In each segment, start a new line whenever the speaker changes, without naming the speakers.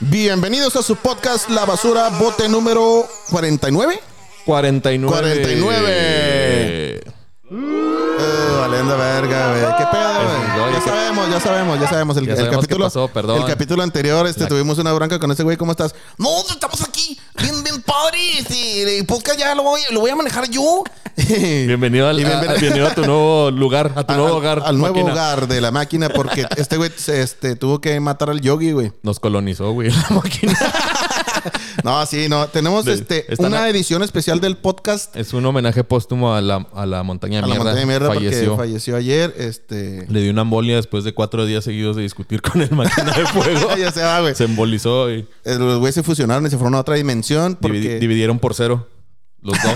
Bienvenidos a su podcast La Basura, bote número 49.
49.
49. Eh, valiendo verga, güey. ¿Qué pedo, güey?
no,
ya
ya sé.
sabemos, ya sabemos, ya sabemos. El,
Ya
el
sabemos qué
capítulo,
pasó, perdón.
el capítulo anterior este,
La-
tuvimos una bronca con ese güey. ¿Cómo estás? No, estamos aquí bien, bien padres. Y el podcast ya lo voy, lo voy a manejar yo.
Bienvenido, al,
Y bienven-
a, bienvenido a tu nuevo lugar, a tu
al-
nuevo
al-
hogar.
Al nuevo
máquina.
hogar de la máquina porque este güey se- este, tuvo que matar al yogi, güey.
Nos colonizó, güey, la máquina.
No, sí, no. Tenemos
Del-
este,
están
una
a-
edición especial del podcast
es un homenaje póstumo a la, a la montaña
a la
mierda.
montaña de mierda
falleció.
porque falleció ayer. Este...
Le dio una embolia después de cuatro días seguidos de discutir con el máquina de fuego.
ya se va, güey.
se embolizó y
Eh, Los güeyes se fusionaron y se fueron a otra dimensión porque...
dividi- dividieron por cero. Los dos.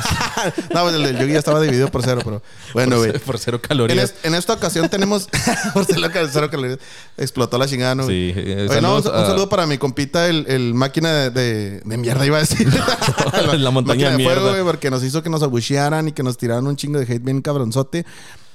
no, pues el del Yogi ya estaba dividido por cero, pero... Bueno, güey.
por cero
En,
calorías.
es- en esta ocasión tenemos... por cero cal- cero calorías. Explotó la chingada, ¿no? güey?
Sí. eh,
Oye, no, un,
saludos
un
a-
saludo para mi compita, el, el máquina de, de- de mierda, iba a decir.
La montaña de
Máquina fuego,
mierda.
güey, porque nos hizo que nos abuchearan y que nos tiraran un chingo de hate bien cabronzote.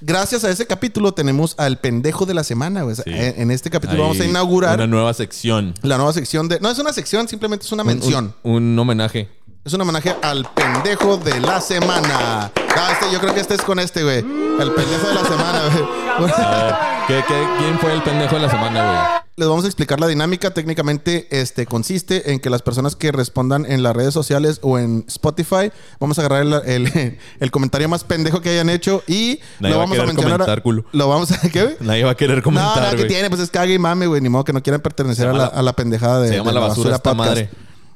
Gracias a ese capítulo tenemos al pendejo de la semana, güey. O sea,
Sí.
En, en este capítulo vamos a
Ahí,
inaugurar
Una nueva sección.
la nueva sección de... No, es una sección, simplemente es una mención.
Un, un homenaje.
Es un homenaje al pendejo de la semana. Ah, este, yo creo que este es con este, güey. El pendejo de la semana, güey.
A ver, ¿qué- qué, quién fue el pendejo de la semana,
Les vamos a explicar la dinámica. Técnicamente, este consiste en que las personas que respondan en las redes sociales o en Spotify, vamos a agarrar el, el- el comentario más pendejo que hayan hecho y
Nadie
lo
va a
vamos a
querer
mencionar.
comentar, culo.
Lo vamos a. ¿Qué, güey?
güey? Nadie va a querer
No,
comentar,
no, que
güey.
tiene, pues es cague y mame, güey. Ni modo que no quieran pertenecer a
llama
la,
la-
a la pendejada de.
se llama
de
La Basura esta
Podcast.
madre.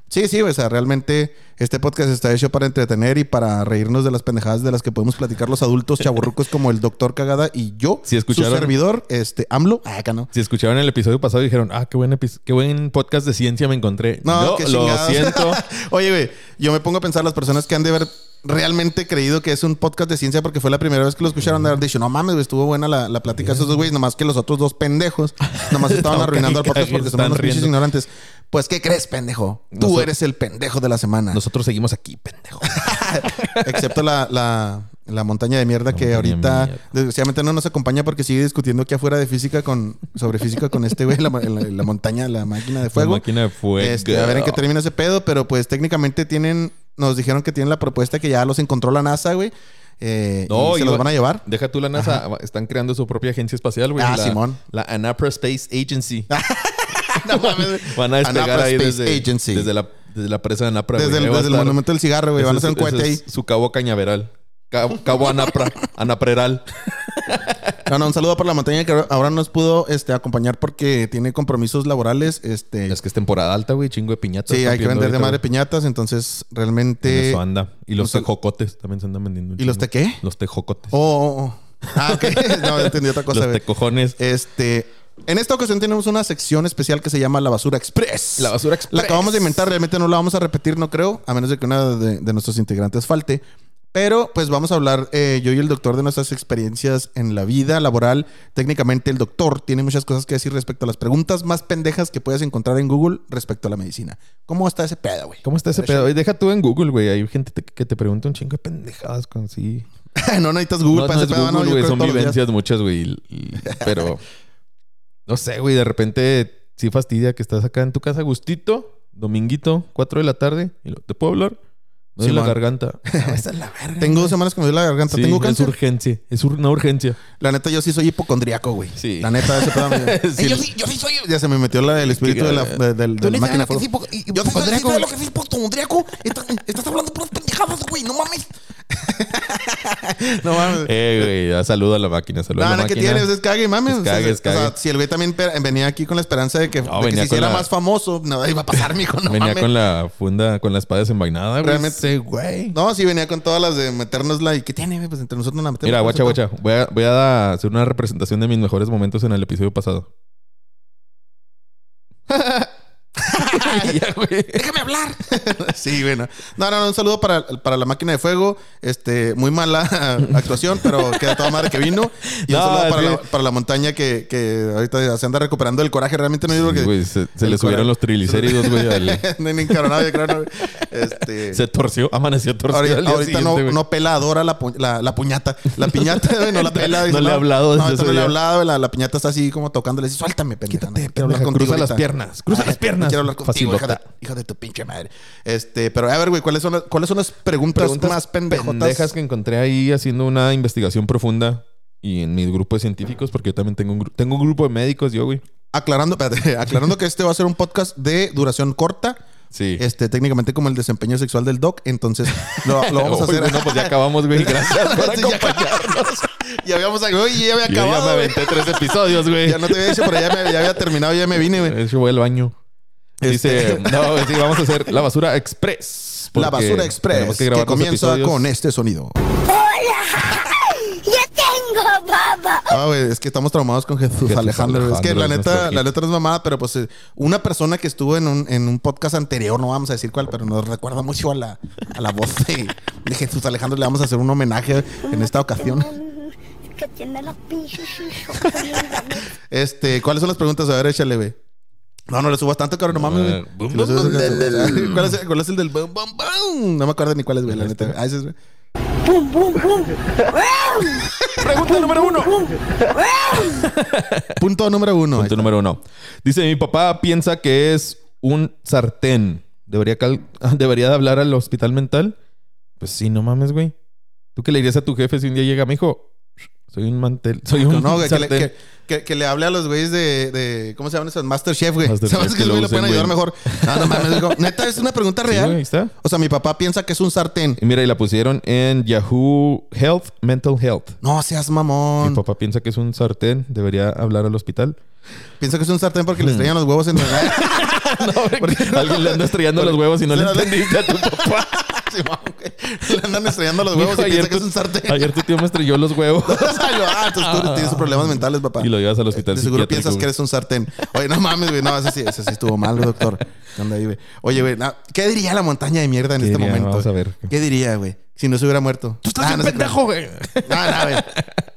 Sí, sí, güey, o sea, realmente este podcast está hecho para entretener y para reírnos de las pendejadas de las que podemos platicar los adultos chaburrucos como el doctor Cagada y yo,
Sí,
su
escucharon.
servidor, este, AMLO. Ah, acá no.
Si escucharon el episodio pasado dijeron, ah, qué buen, epi- qué buen podcast de ciencia me encontré.
No,
No,
qué
lo
chingados.
siento.
Oye, güey, yo me pongo a pensar las personas que han de haber realmente creído que es un podcast de ciencia porque fue la primera vez que lo escucharon de haber dicho, no mames, güey, estuvo buena la, la plática de esos dos güeyes, nomás que los otros dos pendejos nomás estaban
Estaban
arruinando el podcast
cagando,
porque son unos
están
pinches
riendo.
ignorantes. Pues, ¿qué crees, pendejo? Tú
Nosot-
eres el pendejo de la semana.
Nosotros seguimos aquí, pendejo.
Excepto la, la, la montaña de mierda que
montaña
ahorita,
de mierda.
desgraciadamente, no nos acompaña porque sigue discutiendo aquí afuera de física con, sobre física con este güey, la, ma- la- la montaña, la máquina de fuego.
máquina de fuego.
Este, a ver en qué termina ese pedo, pero pues técnicamente tienen, nos dijeron que tienen la propuesta que ya los encontró la NASA, güey. eh,
No,
y se los
iba-
van a llevar.
Deja tú la NASA. Están creando su propia agencia espacial, güey.
Ah,
la,
Simón.
La Anapra Space Agency.
No mames.
Van a despegar
Anapra
ahí
Space
desde,
Agency.
desde la, desde la presa de Anapra.
Desde,
güey.
el,
Ahí va a
desde el
estar-
monumento del cigarro, güey.
ese
Van a hacer un
es-
cohete
ese
ahí.
es Su cabo cañaveral. Cabo, cabo Anapra. Anapreral.
Ah, No, no, un saludo para la montaña que ahora- ahora nos pudo este, acompañar porque tiene compromisos laborales. Este,
Es que es temporada alta, güey. Chingo de piñatas.
Sí,
están
hay que
pidiendo
vender de
ahorita,
madre
güey.
piñatas, entonces
En
realmente.
Eso anda. Y los
no sé-
tejocotes también se andan vendiendo. un
¿Y los
chingo.
te qué?
Este, Los tejocotes.
Oh, oh, oh. Ah, ok. no, entendí otra cosa.
los
güey.
tecojones.
Este. En esta ocasión tenemos una sección especial que se llama La Basura Express.
La basura express.
La acabamos de inventar, realmente no la vamos a repetir, no creo, a menos de que una de, de nuestros integrantes falte. Pero pues vamos a hablar eh, yo y el doctor de nuestras experiencias en la vida laboral. Técnicamente el doctor tiene muchas cosas que decir respecto a las preguntas más pendejas que puedes encontrar en Google respecto a la medicina. ¿Cómo está ese pedo, güey?
¿Cómo está ese pedo? Oye, Deja tú en Google, güey. Hay gente te- que te pregunta un chingo de pendejadas con sí.
no necesitas Google
no,
para
no
ese
es
pedo, no,
Google,
Yo
güey.
creo
Son
todos los días.
vivencias muchas, güey. y- y- Pero... no sé, güey. De repente sí fastidia que estás acá en tu casa, gustito. Dominguito, 4 de la tarde. y lo- ¿Te puedo hablar? No es la
Simón.
garganta. Esa es la verga.
Tengo dos semanas que me duele la garganta.
Sí,
Tengo
es
cáncer.
urgencia. Es ur- una urgencia.
La neta, yo sí soy hipocondriaco, güey.
Sí.
La neta, ese pedo. me-
Sí.
Eh,
Ey, yo, sí, yo sí soy. Ya se me metió la- el espíritu de la, de, de- de la máquina.
¿Sabes
fuego.
lo que es hipo-
Yo sí soy- sí
hipocondriaco,
soy lo que
güey?
es hipocondriaco.
Estás, estás hablando puras pendejadas, güey. No mames.
No mames.
Eh, güey. ya Saludo a la máquina. Saludo a
No,
la
no, que
máquina.
tienes, es cague, mames.
Es cague, es
o sea, o sea,
cague.
si el güey también pe- venía aquí con la esperanza de que,
No,
de que
venía
se
con
hiciera
la-
más famoso, nada iba a pasar, mijo. No
Venía
mames.
con la funda, con la espada desenvainada, güey.
Realmente-
Ese güey.
No, sí venía con todas las de meternos la. ¿Y qué tiene? güey? Pues entre nosotros nos la metemos.
Mira,
¿no?
guacha, guacha. Voy a, voy a hacer una representación de mis mejores momentos en el episodio pasado. Ya, güey.
Déjame hablar.
Sí, bueno. No, no, no, un saludo para, para la máquina de fuego. Este, muy mala actuación, pero queda toda madre que vino. Y un
No,
saludo para,
sí.
la, para la montaña que, que ahorita se anda recuperando el coraje. Realmente no digo
Sí,
que.
güey, se se
el
le subieron
coraje.
los triglicéridos, güey. al-
No hay ni encabronado, yo creo. no. Este.
Se torció, amaneció torcido. al
Ahorita,
día
ahorita
siguiente,
no,
güey.
no pela Dora la, pu- la, la puñata. La piñata, güey, no la pela.
No le he hablado
No,
desde
ahorita
ese
no le he
día.
hablado. La, la piñata está así como tocándole. Dice, suéltame, pendeja. no,
Quítate,
quiero hablar
pendeja,
contigo
cruza las
ahorita".
piernas, cruza
Ay,
las
No
piernas.
quiero hablar con- contigo, hija de,
Facilota.
hija de tu pinche madre. Este, pero a ver, güey, ¿cuáles son las, cuáles son las preguntas,
Preguntas
más pendejotas?
pendejas que encontré ahí haciendo una investigación profunda y en mi grupo de científicos, porque yo también tengo un, gru- tengo un grupo de médicos, yo, güey.
Aclarando, espérate, aclarando que este va a ser un podcast de duración corta,
Sí.
este, técnicamente como el desempeño sexual del doc, entonces lo, lo vamos a
Uy,
hacer.
güey, No, pues ya acabamos, güey. Gracias por
Sí, ya-
acompañarnos.
Ya habíamos, oye, ya había
Yo ya
acabado.
me
güey.
aventé tres episodios, güey.
Ya no te había dicho, pero ya, me, ya había terminado, ya me vine, güey.
De hecho, voy al baño. Dice,
Este-
no, sí, vamos a hacer la basura express.
La
porque
basura
tenemos
express que,
grabar los
comienza
episodios.
con este sonido.
¡Hola! ¡Ya tengo baba!
Ah, güey, es que estamos traumados con Jesús,
Jesús
Alejandro.
Alejandro
Es que la
es nuestro
neta,
hit.
la neta no es mamada, pero pues eh, una persona que estuvo en un, en un podcast anterior, no vamos a decir cuál, pero nos recuerda mucho a la, a la voz de, de Jesús Alejandro. Le vamos a hacer un homenaje en esta ocasión.
Que tiene los pinches hijos bien grandes.
Este, ¿cuáles son las preguntas? A ver, échale, güey. No, no le subas tanto, cabrón, no mames, güey.
eh, Bum,
Si lo
bum,
subes,
bum,
cabrón.
del- del-
¿Cuál es, el- ¿Cuál es el del bum, bum, bum? No me acuerdo ni cuál es, güey, la
este.
neta. Ah, ese es, güey.
¡Pum, pum, pum! ¡Guau!
Pregunta número uno.
¡Pum! ¡Guau!
Punto número uno.
Punto número uno. Dice, mi papá piensa que es un sartén. ¿Debería, cal- ¿Debería de hablar al hospital mental? Pues sí, no mames, güey. ¿Tú qué le dirías a tu jefe si un día llega, mijo? Soy un mantel. Soy un
No, güey, que le,
sartén.
que, que- que le hable a los güeyes de, de- ¿Cómo se llaman esos? Masterchef, güey.
Masterchef,
Sabes
que
que los
lo
güeyes le pueden
usen,
ayudar
güey.
mejor. No, no mames, digo, Neta, es una pregunta
Sí, güey, ahí
real.
está.
O sea, mi papá piensa que es un sartén.
Y mira, y la pusieron en Yahoo Health, Mental Health.
No seas
Mi
mamón.
papá piensa que es un sartén. Debería hablar al hospital.
Piensa que es un sartén
Hmm.
porque le estrellan los huevos en la
No, porque alguien le anda estrellando los huevos y no le
Se la-
entendiste a tu papá.
Sí, mamón, güey. Le andan estrellando los huevos
Mijo,
y
ayer
piensa
pues,
que
tu-
es un sartén.
Ayer tu tío me estrelló los huevos.
ah, entonces tú tienes problemas mentales, papá.
Y lo llevas al hospital
eh, De seguro
psiquiátrico,
piensas
güey.
que eres un sartén. Oye, no mames, güey. No, ese sí, ese sí estuvo mal, doctor. ¿Qué onda ahí, güey? Oye, güey, na- ¿qué diría la montaña de mierda en
¿Qué
este
diría?
momento?
Vamos a ver.
¿Qué diría, güey? Si no se hubiera muerto. ¡Tú
estás bien pendejo,
güey.
No, no, güey.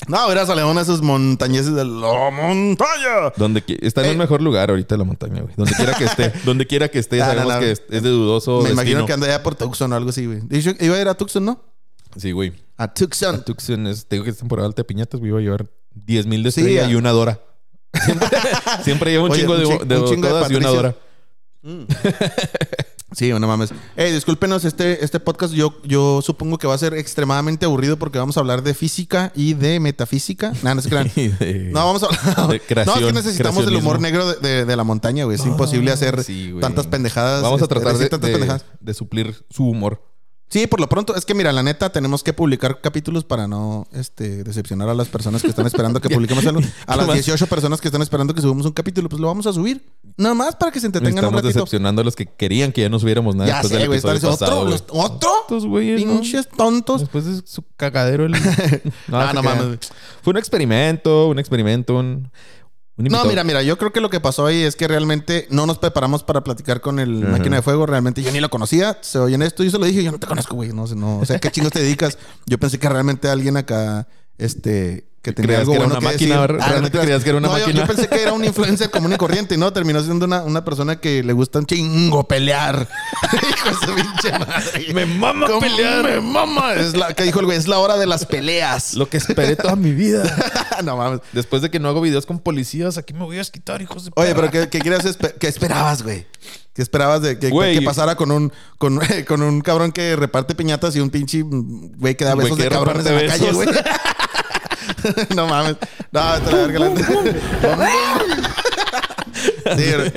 No, hubiera salido uno de esos montañeses de la montaña.
Donde qui- está en
Eh.
el mejor lugar ahorita la montaña, güey. Donde quiera que esté, donde quiera que esté,
Ah, no,
sabemos
no.
que es, es de dudoso.
Me imagino
destino.
que andaría por Tucson o algo así, güey. De hecho, Iba a ir a Tucson, ¿no?
Sí, güey.
A Tucson.
Tucson es, te digo que es temporada alta de piñatas, güey. Iba a llevar 10.000 mil de
Sí,
estrella
ah.
y una dora. Siempre, siempre lleva un
Oye,
chingo
un
de,
chi-
de
un chingo de
todas y una
Patricio.
dora.
Sí, no mames. Ey, discúlpenos, este, este podcast yo, yo supongo que va a ser extremadamente aburrido porque vamos a hablar de física y de metafísica. Nah, no se crean.
Y de-
Ah. No, vamos a hablar.
De
no, es que
creación,
necesitamos el humor
creacionismo.
negro de, de- de la montaña, güey. Es imposible hacer
sí, güey.
tantas pendejadas.
Vamos a
este,
tratar
decir
de,
tantas
de-
pendejadas.
de suplir su humor.
Sí, por lo pronto. Es que mira, la neta, tenemos que publicar capítulos para no este, decepcionar a las personas que están esperando que publiquemos algo. A las
Nomás.
18 personas que están esperando que subamos un capítulo, pues lo vamos a subir. Nada más para que se entretengan un
Estamos
ratito.
decepcionando a los que querían que ya no subiéramos nada
Ya
después
sé,
del
güey.
episodio
están diciendo,
pasado,
¿Otro?
güey.
Los- ¿Otro?
Estos güeyes, ¿no?
Pinches tontos.
Después de su cagadero el...
No,
se
no
crean.
mames.
Fue un experimento, un experimento, un... un
No,
invitado.
mira, mira, yo creo que lo que pasó ahí es que realmente no nos preparamos para platicar con el máquina de fuego. Realmente yo ni lo conocía. Se oye en esto, yo se lo dije, yo no te conozco, güey. No sé, no, o sea, ¿qué chingos te dedicas? Yo pensé que realmente alguien acá, este, que tenía
Creías
algo
que era
bueno
una
que
máquina,
decir.
¿verdad?
no te
Realmente
creas.
creías que era una
No, yo- Yo,
máquina.
pensé que era un influencer común y corriente, ¿no? Terminó siendo una, una persona que le gusta un chingo pelear. Hijo de su pinche madre.
Me mama
¿Cómo
pelear.
Me mama. Es la que dijo el güey, es la hora de las peleas.
Lo que esperé toda mi vida.
no mames.
Después de que no hago videos con policías, aquí me voy a quitar, hijos de...
Oye, pero ¿qué, qué querías espe- qué esperabas, güey? ¿Qué esperabas de que,
Güey.
que pasara con un, con, con un cabrón que reparte piñatas y un pinche mm, güey que da
Un güey
besos
que
de cabrones en
reparte
la calle, güey?
besos.
no mames. No, te la verga la Sí, güey.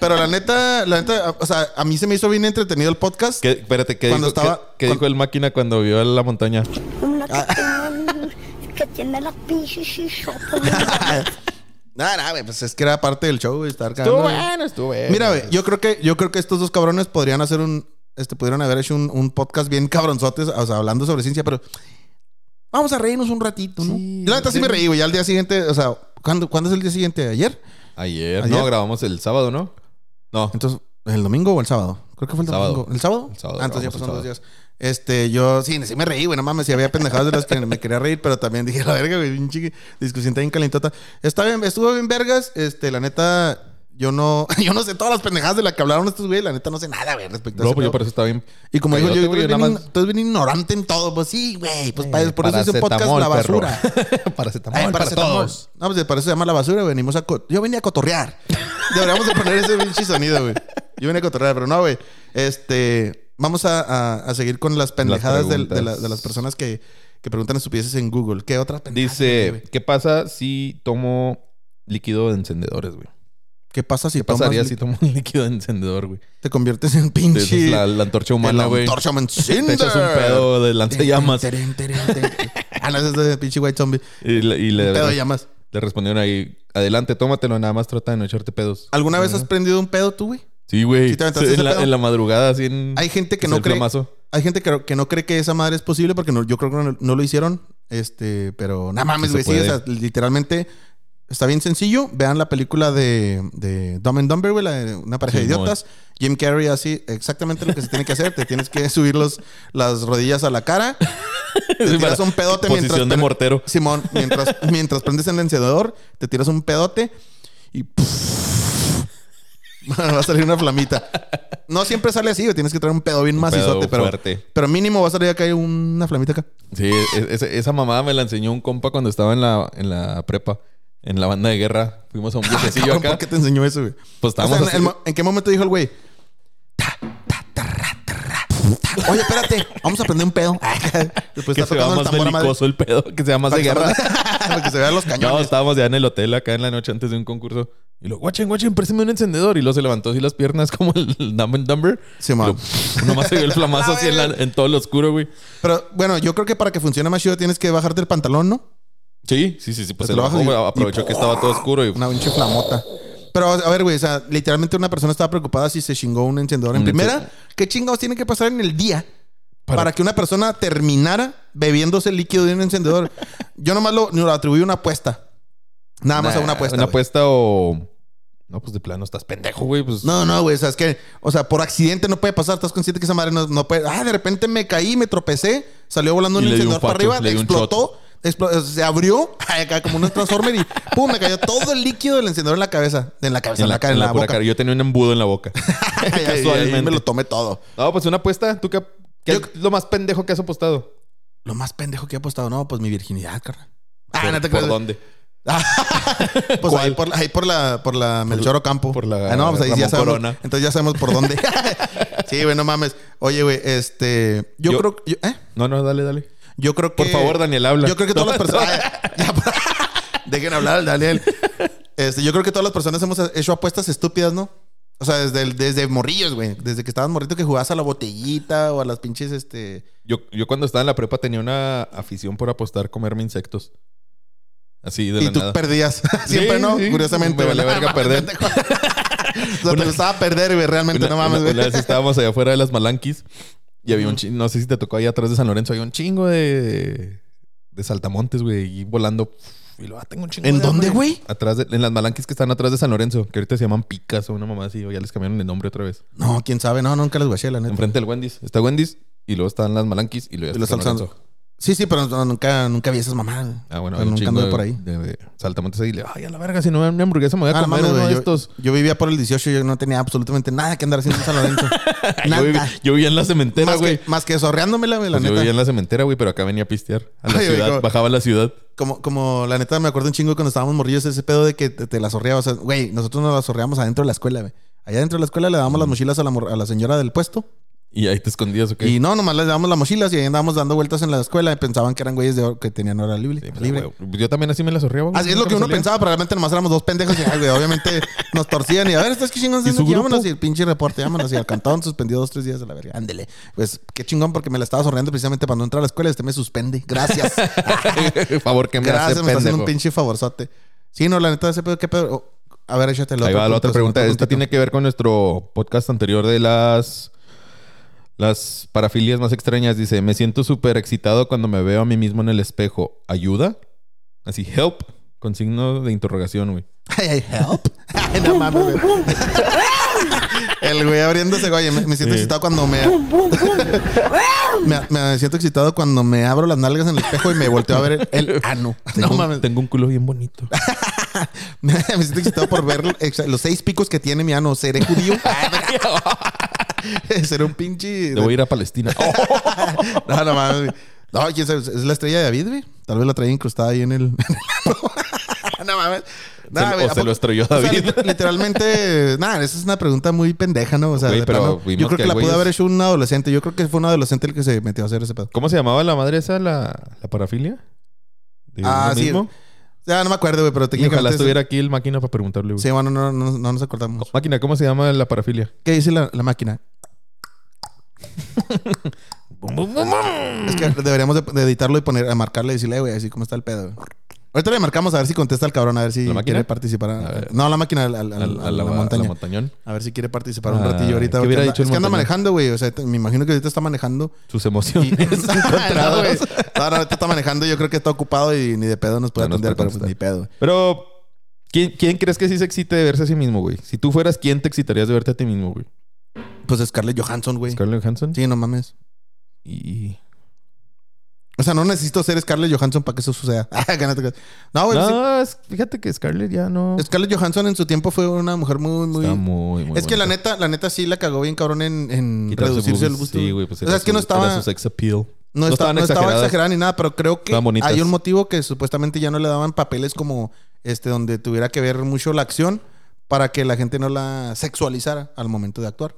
pero la neta, la neta, o sea, a mí se me hizo bien entretenido el podcast.
¿Qué- espérate, ¿qué,
Cuando Ah,
dijo,
estaba-
qué- qué dijo el máquina cuando vio a la montaña?
Uno que tiene, que tiene los pinches hijos bien grandes.
Nada, nada, güey, pues es que era parte del show, güey, estar cagando, güey.
estuvo
Mira, güey, yo creo que yo creo que estos dos cabrones podrían hacer un este pudieron haber hecho un, un podcast bien cabronzotes, o sea, hablando sobre ciencia, pero vamos a reírnos un ratito, ¿no?
Sí,
Yo la neta sí me reí, güey, ya al día siguiente, o sea, ¿cuándo, ¿cuándo es el día siguiente? ¿Ayer?
Ayer,
Ayer.
no, grabamos el sábado, ¿no? No,
Entonces, ¿el domingo o el sábado? Creo que fue el
Sábado.
domingo. ¿El sábado?
El sábado,
Ah, entonces ya
grabamos
pasaron dos días.
el
Este, yo sí, sí me reí, güey, no mames, si había pendejadas de las que me quería reír, pero también dije, la verga, güey, pinche discusión tan calentota. Está bien, estuvo bien vergas, este, la neta... Yo no, yo no sé todas las pendejadas de las que hablaron estos güey, la neta no sé nada, güey, respecto a
no,
ese
pues yo
pedo.
por eso estaba bien...
Y como dijo
Pero
yo,
te
tú
voy
eres,
a
bien,
nada
in-
más- Eh,
tú eres bien ignorante en todo. Pues sí, güey. Pues pa- por eso hice podcast
Paracetamol,
La
perro.
Basura.
paracetamol,
Ay,
para
paracetamol.
todos.
No, pues para eso se llama La Basura. Venimos a... co- Yo venía a cotorrear. Deberíamos de poner ese pinche sonido, güey. Yo vine a cotorrear, pero no, güey. Este, vamos a, a- a seguir con las pendejadas del- de,
preguntas.
la- de las personas que, que preguntan estupideces en Google. ¿Qué otra pendejada? tiene,
Dice,
güey?
¿qué pasa si tomo líquido de encendedores, güey?
¿qué pasa si
¿Qué pasaría
tomas,
si tomo un líquido de encendedor, güey?
te conviertes en
Esa
pinche
es la, la antorcha
en
humana,
la
güey.
antorcha man-
Te echas un
Cinder?
pedo de lanzallamas.
Teren, teren, teren, teren. ah, no, ese es de pinche white zombie.
Y, le, y le-
Pedo de llamas.
le respondieron ahí, adelante, tómatelo, nada más trata de no echarte pedos.
¿Alguna vez has prendido un pedo tú, güey?
Sí, güey.
¿Sí te aventaste ese
en, la,
pedo?
en la madrugada, así en...
Hay gente que
es
no
el
cree.
plomazo.
Hay gente que, que no cree que esa madre es posible porque no- yo creo que no, no lo hicieron. Este, pero nada mames,
Se
güey. Sí, o
puede.
sea, literalmente está bien sencillo. Vean la película de, de Dumb and Dumber, güey, la de una pareja de
Simón.
idiotas. Jim Carrey así exactamente lo que se tiene que hacer. Te tienes que subir los, las rodillas a la cara. Te
Sí,
tiras
para-
un pedote
posición
mientras.
de mortero.
Simón, mientras, mientras prendes el encendedor, te tiras un pedote y va a salir una flamita. No siempre sale así, güey. Tienes que traer un pedo bien macizote,
pedo
pero,
fuerte.
pero mínimo va a salir acá hay una flamita acá.
Sí, es- es- esa mamada me la enseñó un compa cuando estaba en la, en la prepa, en la banda de guerra. Fuimos a un bucecillo
Ah, Cabrón,
acá.
¿Por qué te enseñó eso, güey?
Pues
O sea,
estábamos
en, el
así-
mo- ¿en qué momento dijo el güey? Ta, ta, ta, ra, ta, ra, ta. Oye, espérate, vamos a prender un pedo. Después
que
está
se vea
tocando el
más
tambor a madre.
belicoso el pedo, que sea más
Para
de
que se
guerra.
vea- para que se vean los
No,
cañones.
estábamos ya en el hotel acá en la noche antes de un concurso. Y lo, guachen, guachen, préstame un encendedor. Y luego se levantó así las piernas como el Dumb and Dumber.
Sí, man.
Y lo- nomás se vio el flamazo así en, la- en todo lo oscuro, güey.
Pero bueno, yo creo que para que funcione más chido tienes que bajarte el pantalón, ¿no?
Sí, sí, sí, sí. Pues
Te
se
lo
lo
bajas
bajó,
y-
güey, aprovechó que estaba todo oscuro y
Una pinche flamota. Pero, a ver, güey, o sea, literalmente una persona estaba preocupada si se chingó un encendedor. En
Un
primera, ¿qué chingados tiene que pasar en el día para, que una persona terminara bebiéndose el líquido de un encendedor? Yo nomás lo, lo atribuí a una apuesta. Nada más a una
Nah,
apuesta.
Una
güey.
apuesta o. No, pues de plano estás pendejo, güey. Pues
No, no, güey, o sea, es que, o sea, por accidente no puede pasar. Estás consciente que esa madre no, no puede. Ah, de repente me caí, me tropecé, salió volando
Y
un
le di un
encendedor para
facho,
arriba,
le di un
explotó. explo- se abrió acá como un transformer y pum, me cayó todo el líquido del encendedor en la cabeza. En la cabeza, en la, cara, en la,
pura
boca.
cara. Yo tenía un embudo en la boca.
Ay, ay, ay,
Casualmente.
me lo tomé todo.
No, pues una apuesta. ¿Tú qué, qué
Yo-
es lo más pendejo que has apostado?
Lo más pendejo que he apostado, no, pues mi virginidad, carnal. Ah,
¿Por,
no te
¿por
creas.
dónde?
Pues ahí
¿Cuál?
por, ahí por la por la Melchor Ocampo.
por la
Ah, no, pues ahí ya
Ramón
sabemos.
Corona.
Entonces ya sabemos por dónde. sí, güey, no mames. Oye, güey, este, yo,
Yo-
creo yo, ¿eh?
No, no, dale, dale.
Yo creo que
Por favor, Daniel, habla.
Eh, Yo creo que todas las personas Ah, Ya, pues, dejen hablar al Daniel. Este, yo creo que todas las personas hemos hecho apuestas estúpidas, ¿no? O sea, desde, el- desde morrillos, güey. Desde que estabas morrito que jugabas a la botellita o a las pinches, este...
Yo, yo cuando estaba en la prepa tenía una afición por apostar comerme insectos. Así de
Y
la
tú
nada.
perdías. Siempre
Sí,
no,
sí.
curiosamente.
Me vale
güey.
verga perder.
O sea, te
Una-
gustaba perder, güey. Realmente,
Una-
no mames,
una-
güey.
una vez estábamos allá afuera de las Malanquis y había un chingo, no sé si te tocó allá atrás de San Lorenzo, había un chingo de, de saltamontes, güey, y volando. Y lo, ah, tengo un chingo
¿En
de
dónde,
hambre".
güey?
Atrás de, en las Malanquis que están atrás de San Lorenzo, que ahorita se llaman Picas o una mamá así, o ya les cambiaron el nombre otra vez.
No, quién sabe. No, nunca les guaché, la neta.
Enfrente del Wendy's, está Wendy's y luego están las Malanquis y luego
Y
ya
los
está San
alzan-
Lorenzo.
Sí, sí, pero no, nunca, nunca vi esas mamadas. güey.
Ah, bueno,
Pero
había
nunca
un chingo
anduve
de,
por ahí.
de- de saltamontes ahí. y le, Ay, a la verga, si no me dan una hamburguesa me voy a
Ah, no
comer
mames,
uno
güey,
de
yo-
estos.
Yo, vivía por el 18 y yo no tenía absolutamente nada que andar haciendo en San Lorenzo.
Ay,
nada.
Yo, vivía- yo vivía en la cementera,
más,
güey.
que, más que zorreándomela, güey, la
Pues yo
neta.
vivía en la cementera, güey, pero acá venía a pistear. A la
Ay, güey,
ciudad,
como-
bajaba a la ciudad.
Como, como la neta me acuerdo un chingo cuando estábamos morrillos ese pedo de que te, te la zorreabas. O sea, güey, nosotros nos la zorreamos adentro de la escuela, güey. Allá dentro de la escuela le dábamos las mochilas a la, mor- a la señora del puesto.
Y ahí te escondías, ¿ok?
Y no, nomás les dábamos las mochilas y ahí andábamos dando vueltas en la escuela y pensaban que eran güeyes de or- que tenían hora libre.
Sí, pues,
libre.
güey, Yo también así me las sorreaba. güey.
Así es lo
Nunca
que
me
uno
salía.
pensaba, pero realmente nomás éramos dos pendejos y ay, güey, obviamente nos torcían y a ver, estás que chingón,
¿Y su
haciendo aquí?
grupo?
vámonos y el pinche reporte, vámonos y al cantón suspendido dos, tres días a la verga, ándele. Pues qué chingón porque me la estaba sorreando precisamente para no entrar a la escuela y este me suspende. Gracias.
favor, que me
Gracias, me está
hace
haciendo
pendejo.
un pinche favorzote. Sí, no, la neta, ese pedo, qué pedo. Oh, a ver, échate la
Ahí
otra
va la otra pregunta.
otro
Esta
puntito.
tiene que ver con nuestro podcast anterior de las... Las parafilias más extrañas. Dice, me siento súper excitado cuando me veo a mí mismo en el espejo. ¿Ayuda? Así, help. Con signo de interrogación, güey.
Ay, ay, help. Ay, no mames, güey. El güey abriéndose, oye, me, me siento
Sí.
excitado cuando me, me. me siento excitado cuando me abro las nalgas en el espejo y me volteo a ver el, el ano. No
Tengo un-
mames.
Tengo un culo bien bonito.
me siento excitado por ver ex- los seis picos que tiene mi ano. ¿Seré judío? ¿Seré un pinche?
Debo ir a Palestina. Oh,
No, no mames. güey. No, quién sabe. Es la estrella de David, güey. Tal vez la traía incrustada ahí en el. no mames. Nah,
se,
güey,
o
¿a
se
poco-
lo estrelló
pues, O sea,
David.
lit- literalmente, nada, esa es una pregunta muy pendeja, ¿no? O sea,
Güey,
de
pero
plano,
vimos
yo creo
que
que,
el
la
güey
pudo haber
es-
hecho un adolescente. Yo creo que fue un adolescente el que se metió a hacer ese pedo.
¿Cómo se llamaba la madre esa? ¿La, la parafilia? ¿De
Ah,
uno
sí. Ya no me acuerdo, güey, pero te
Y ojalá estuviera aquí el máquina para preguntarle, güey.
Sí, bueno, no, no, no nos acordamos.
Máquina, ¿cómo se llama la parafilia?
¿Qué dice la, la máquina? Es que deberíamos de, de editarlo y poner, a marcarle y decirle, "Eh, güey, así cómo está el pedo. güey. Ahorita le marcamos a ver si contesta el cabrón, a ver si
¿La máquina?
quiere participar. a-
A ver.
no, la máquina, al- al-
A,
al-
la,
a la montaña.
montañón.
a ver si quiere participar un
Ah,
ratillo ahorita.
¿qué
porque
hubiera
anda-
dicho el
es que anda
montañón?
manejando, güey. O sea, te- me imagino que ahorita está manejando.
Sus
Y...
emociones.
no, güey. No, no, ahorita está manejando. Yo creo que está ocupado y ni de pedo nos puede
No nos
atender,
puede
pero pues ni pedo.
Pero, ¿quién, quién crees que sí se excite de verse a sí mismo, güey? Si tú fueras, ¿quién te excitarías de verte a ti mismo, güey?
Pues Scarlett Johansson, güey.
¿Scarlett Johansson?
Sí, no mames.
Y...
O sea, no necesito ser Scarlett Johansson para que eso suceda. Ah, que no te creas. no, güey. sí.
No, es- fíjate que Scarlett ya no...
Scarlett Johansson en su tiempo fue una mujer muy, muy.
Está muy, muy
es que la
bonita.
neta, la neta sí la cagó bien cabrón en, en
Quitar sus
reducirse el
boobies.
busto.
Sí, güey, pues
o sea, es que no estaba,
Era su sex appeal.
no, estaba,
no estaban
no estaba
exageradas.
exagerada ni nada, pero creo que
Estaban bonitas.
hay un motivo que supuestamente ya no le daban papeles como este, donde tuviera que ver mucho la acción para que la gente no la sexualizara al momento de actuar.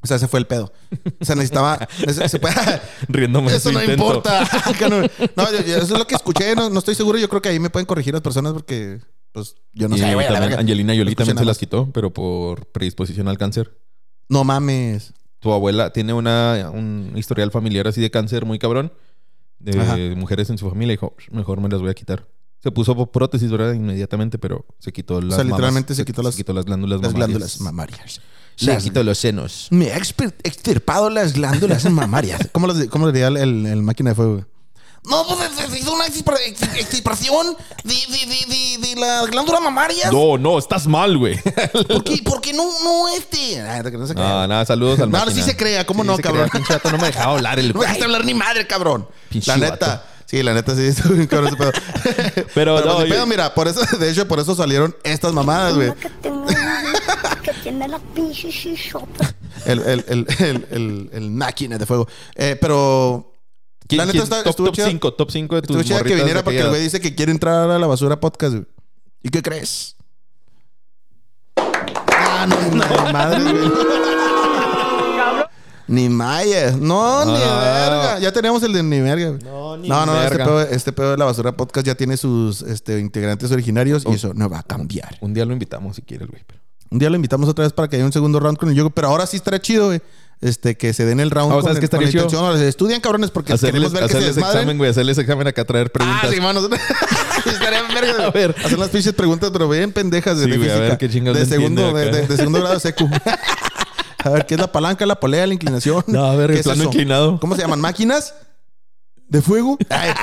O sea, ese fue el pedo. O sea, necesitaba. se- se puede-
Riéndome de
Eso
su
no
intento.
importa. no, yo- yo- eso es lo que escuché. No, no estoy seguro. Yo creo que ahí me pueden corregir las personas porque, pues, yo no
Y
sé. güey, a la
también
verga.
Angelina Jolie
Escuché
también se
nada
las
más.
quitó, pero por predisposición al cáncer.
No mames.
Tu abuela tiene una, un historial familiar así de cáncer muy cabrón. De
Ajá.
mujeres en su familia. Dijo, mejor me las voy a quitar. Se puso po- prótesis, ¿verdad? Inmediatamente, pero se quitó las mamas.
literalmente se quitó las-
quitó las glándulas
Las
mamarias.
glándulas mamarias.
Se
Las-
quitó los senos.
Me ha expir- extirpado las glándulas mamarias. ¿Cómo, las, ¿Cómo le diría el, el- el máquina de fuego? güey?
No, pues es, es una expra- ex- extirpación de, de, de, de, de la glándula mamaria.
No, no, estás mal, güey.
¿Por qué? ¿Por qué no, no este?
Ah, no se crea.
Ah, nada, saludos al
No,
máquina.
sí se crea, ¿cómo no,
se
cabrón?
Pinche vato, no me dejaba hablar
No
el
me
güey.
dejaste hablar ni madre, cabrón.
Pinche
La neta.
vato.
Sí, la neta sí, estuvo bien cabrón ese pedo.
Pero
pues,
no,
ni
yo-
pedo, mira, por eso, de hecho, por eso salieron estas mamadas, güey.
que tiene, que tiene la pinche shishota.
El, el, el, el, el, el máquina de fuego. Eh, pero
¿Quién-
La neta
quién-
está-
top,
estuvo
top
chida.
5, top 5 de tus
estuvo chida que
morritas
viniera
de
porque el
aquella
güey
edad.
dice que quiere entrar a la basura podcast, güey. ¿Y qué crees? Ah, no, no, madre, güey. Ni Maya. No, ni
Ah.
verga. Ya tenemos el de ni verga. güey.
No, ni
no, no, Este,
verga.
pedo, este pedo de la basura podcast ya tiene sus este, integrantes originarios
Oh.
y eso no va a cambiar.
Un día lo invitamos si quiere el güey. pero-
Un día lo invitamos otra vez para que haya un segundo round con el yoga, pero ahora sí estará chido, güey. Este, que se den el round
Ah, o
con,
sea, es
el-
que
con la
estaría
intención. Ahora, Estudian, cabrones, porque
Hacerles,
queremos ver que se
hacerles
desmadren.
examen, güey. Hacerles examen acá, traer preguntas.
Ah, sí, manos. Estaría verga.
A ver.
Hacer las pinches preguntas, pero bien pendejas de,
Sí,
de
güey, a
física.
ver qué chingados
de
no entiende
segundo, de,
acá.
de- de segundo grado secu. a ver, ¿qué es la palanca, la polea, la inclinación?
No, a ver,
¿Qué
el
es
plano
eso?
inclinado.
¿Cómo se llaman? ¿Máquinas? ¿De fuego? Ay,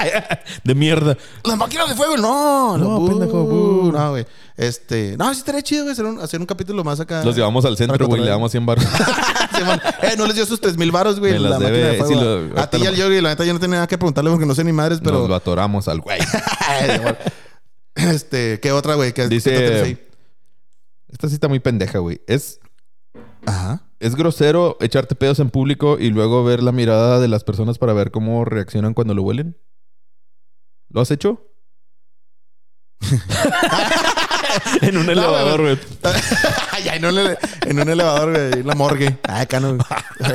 De mierda.
las máquinas de fuego, no.
No,
lo-
pendejo, bu.
No, güey. Este. No, sí estaría chido, güey, hacer un, hacer un capítulo más acá.
Los llevamos al centro,
Para
güey. Le
cotorrear.
damos 100 baros.
Sí, man. eh, no les dio sus 3 mil baros, güey.
Me las
la máquina
debe, eh,
de fuego.
sí, lo-
a ti y al Yogi, la neta, yo no tenía nada que preguntarle porque no sé ni madres, pero.
Nos lo atoramos al güey.
Ay, amor. este, ¿qué otra, güey? ¿Qué-
Dice-
qué otra tienes ahí?
Esta sí está muy pendeja, güey. Es,
Ajá.
es grosero echarte pedos en público y luego ver la mirada de las personas para ver cómo reaccionan cuando lo huelen. ¿Lo has hecho? en un elevador, güey.
Ay, ay, no le- en un elevador, güey, en la morgue. Ay, acá no.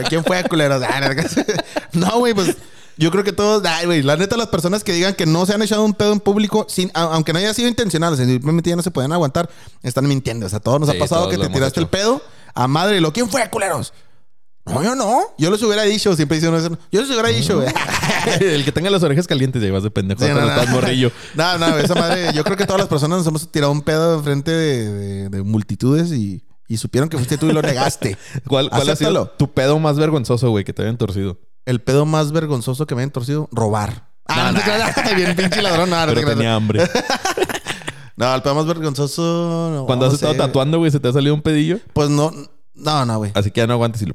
¿Quién fue, Ah, culeros? Ay, no, No, güey, pues yo creo que todos, ay, güey, la neta, las personas que digan que no se han echado un pedo en público, sin, a- aunque no haya sido intencional, o sea, simplemente ya no se pueden aguantar, están mintiendo. O sea, todos nos
Sí,
ha pasado
todos
que
lo
te
hemos
tiraste
hecho.
el pedo a madre y lo, ¿quién fue, culeros? No, yo no. Yo les hubiera dicho, siempre dicen eso. Yo les hubiera dicho, güey.
El que tenga las orejas calientes, ya vas de pendejo.
Sí,
cuando estás morrillo.
No, no, esa madre. Yo creo que todas las personas nos hemos tirado un pedo enfrente de, de- de multitudes y, y supieron que fuiste tú y lo negaste.
¿Cuál, cuál ha sido
Acéptalo.
tu pedo más vergonzoso, güey, que te habían torcido?
El pedo más vergonzoso que me han torcido, robar. Ah, no, te creas. Bien pinche ladrón. No, no te
Pero
creas.
tenía hambre.
No, el pedo más vergonzoso. no,
Cuando has
no
estado
sé.
tatuando, güey, se te ha salido un pedillo.
Pues no. No, no, güey.
Así que ya no aguantes y lo...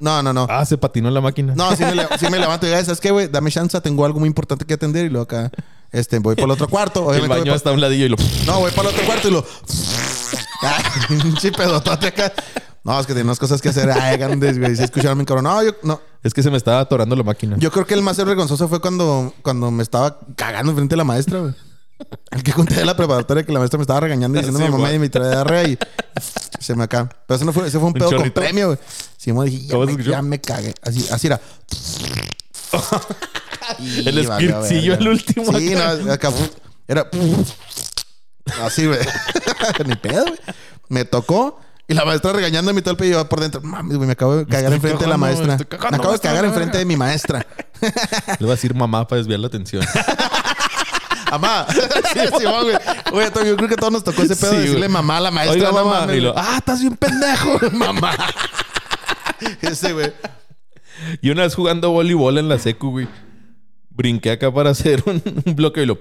No, no, no.
Ah, se patinó la máquina.
No, sí me, le- sí me levanto y digo, ¿sabes qué, güey? Dame chance, tengo algo muy importante que atender y luego acá. Este, voy por el otro cuarto.
el
Obviamente voy
baño
por-
hasta un ladillo y lo...
No, voy para el otro cuarto y lo. Ay, pinche pedotote acá. No, es que tenía unas cosas que hacer. Ay, grandes, güey. Se escucharon mi cabrón. No, yo, no.
Es que se me estaba atorando la máquina.
yo creo que el más vergonzoso fue cuando, cuando me estaba cagando enfrente de la maestra, güey. El que conté de la preparatoria que la maestra me estaba regañando diciendo
Sí,
mi mamá
güey.
y mi diarrea y se me acá. Pero eso no fue, ese fue un
¿Un
pedo con
chorrito?
premio, güey. Sí, me dije, ya
¿Cómo se
me,
escuchó?
ya me cagué. Así, así era. Y
El
valió
squirtcillo
verga.
al último
Sí,
acá.
no, acá era así, güey. Ni pedo, güey. Me tocó. Y la maestra regañando a mi tope y yo por dentro, mames, güey, me acabo de cagar
estoy
enfrente de la
cagando, me
maestra.
estoy cagando,
me acabo de
maestra,
cagar
la
enfrente
verga.
de mi maestra.
Le va a decir mamá para desviar la atención.
Amá. Sí, güey. Oye, Toby, yo creo que a todos nos tocó ese pedo
Sí,
de decirle
güey.
mamá a la maestra.
Oiga,
no
mamá.
mames.
Y lo, ah, estás bien pendejo.
mamá. Ese, güey.
Y una vez jugando voleibol en la secu, güey. Brinqué acá para hacer un, un bloque y lo...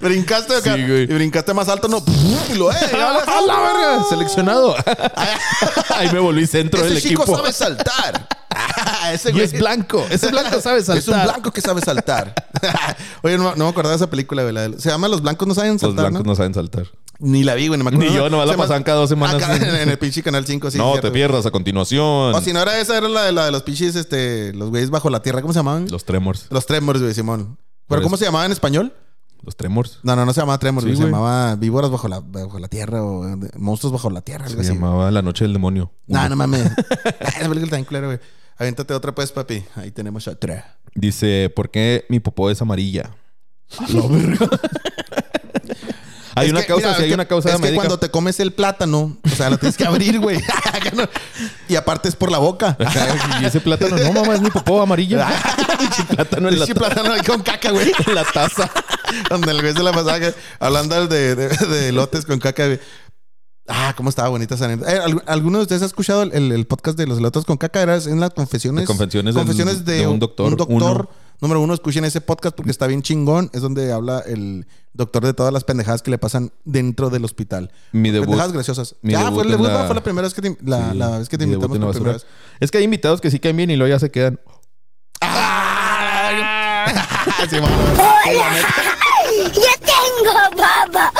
Brincaste acá.
Sí, güey.
Y brincaste más alto, no. Y lo, eh,
¡A la verga! Seleccionado. Ahí me volví centro del
Ese chico
equipo.
sabe saltar. Ah, Ese
Y
güey.
es blanco. Ese blanco sabe saltar.
Es un blanco que sabe saltar. Oye, no, no me acordaba de esa película, güey. la de- Se llama Los blancos no saben
Los
saltar,
blancos
¿no?
no saben saltar.
Ni la vi, güey. Ni, me acuerdo.
Ni yo, nomás la
Se llama-
pasaban cada dos semanas.
Acá en, en el pinche Canal 5, sí.
no,
cierto.
te pierdas a continuación.
O si no era esa, era la de, la de los pinches, este, los güeyes bajo la tierra. ¿Cómo se llamaban?
Los tremors.
Los Tremors, güey, Simón.
Por
¿Pero cómo
eso.
se llamaba en español?
Los tremors.
No, no, no se llamaba Tremors,
Sí,
güey. Se
güey.
llamaba Víboras bajo la, bajo la tierra o eh, Monstruos bajo la tierra, algo
Se
así.
llamaba La Noche del Demonio.
No, no mames. Esa película está bien culera, güey. Aviéntate otra, pues, papi. Ahí tenemos otra.
Dice, ¿por qué mi popó es amarilla? hay
Es
una
que,
causa,
mira,
sí, hay
que-
una causa
Es que
médica.
cuando te comes el plátano, o sea, la tienes que abrir, güey. y aparte es por la boca.
y ese plátano, no mamá, es mi popó amarilla. Pinche plátano en la,
El plátano ahí con caca, güey.
en la taza.
Donde el güey se la pasaba que- hablando de, de, de elotes con caca. güey. Ah, cómo estaba bonita esa anécdota. Eh, ¿algu- ¿Alguno de ustedes ha escuchado el, el- el podcast de los elotes con caca? Era en las confesiones.
De confesiones del-
confesiones de, un doctor.
uno.
Número uno, escuchen ese podcast porque está bien chingón. Es donde habla el doctor de todas las pendejadas que le pasan dentro del hospital.
Mi debut.
pendejadas graciosas.
Mi
ya,
debut
fue, el
en
debut,
la-
¿no? fue la primera vez que te, la, la vez que te
Mi debut
invitamos
en la
por
basura.
primera vez.
Es que hay invitados que sí caen bien y luego ya se quedan.
Sí, mamá.
¡Ya tengo, papá!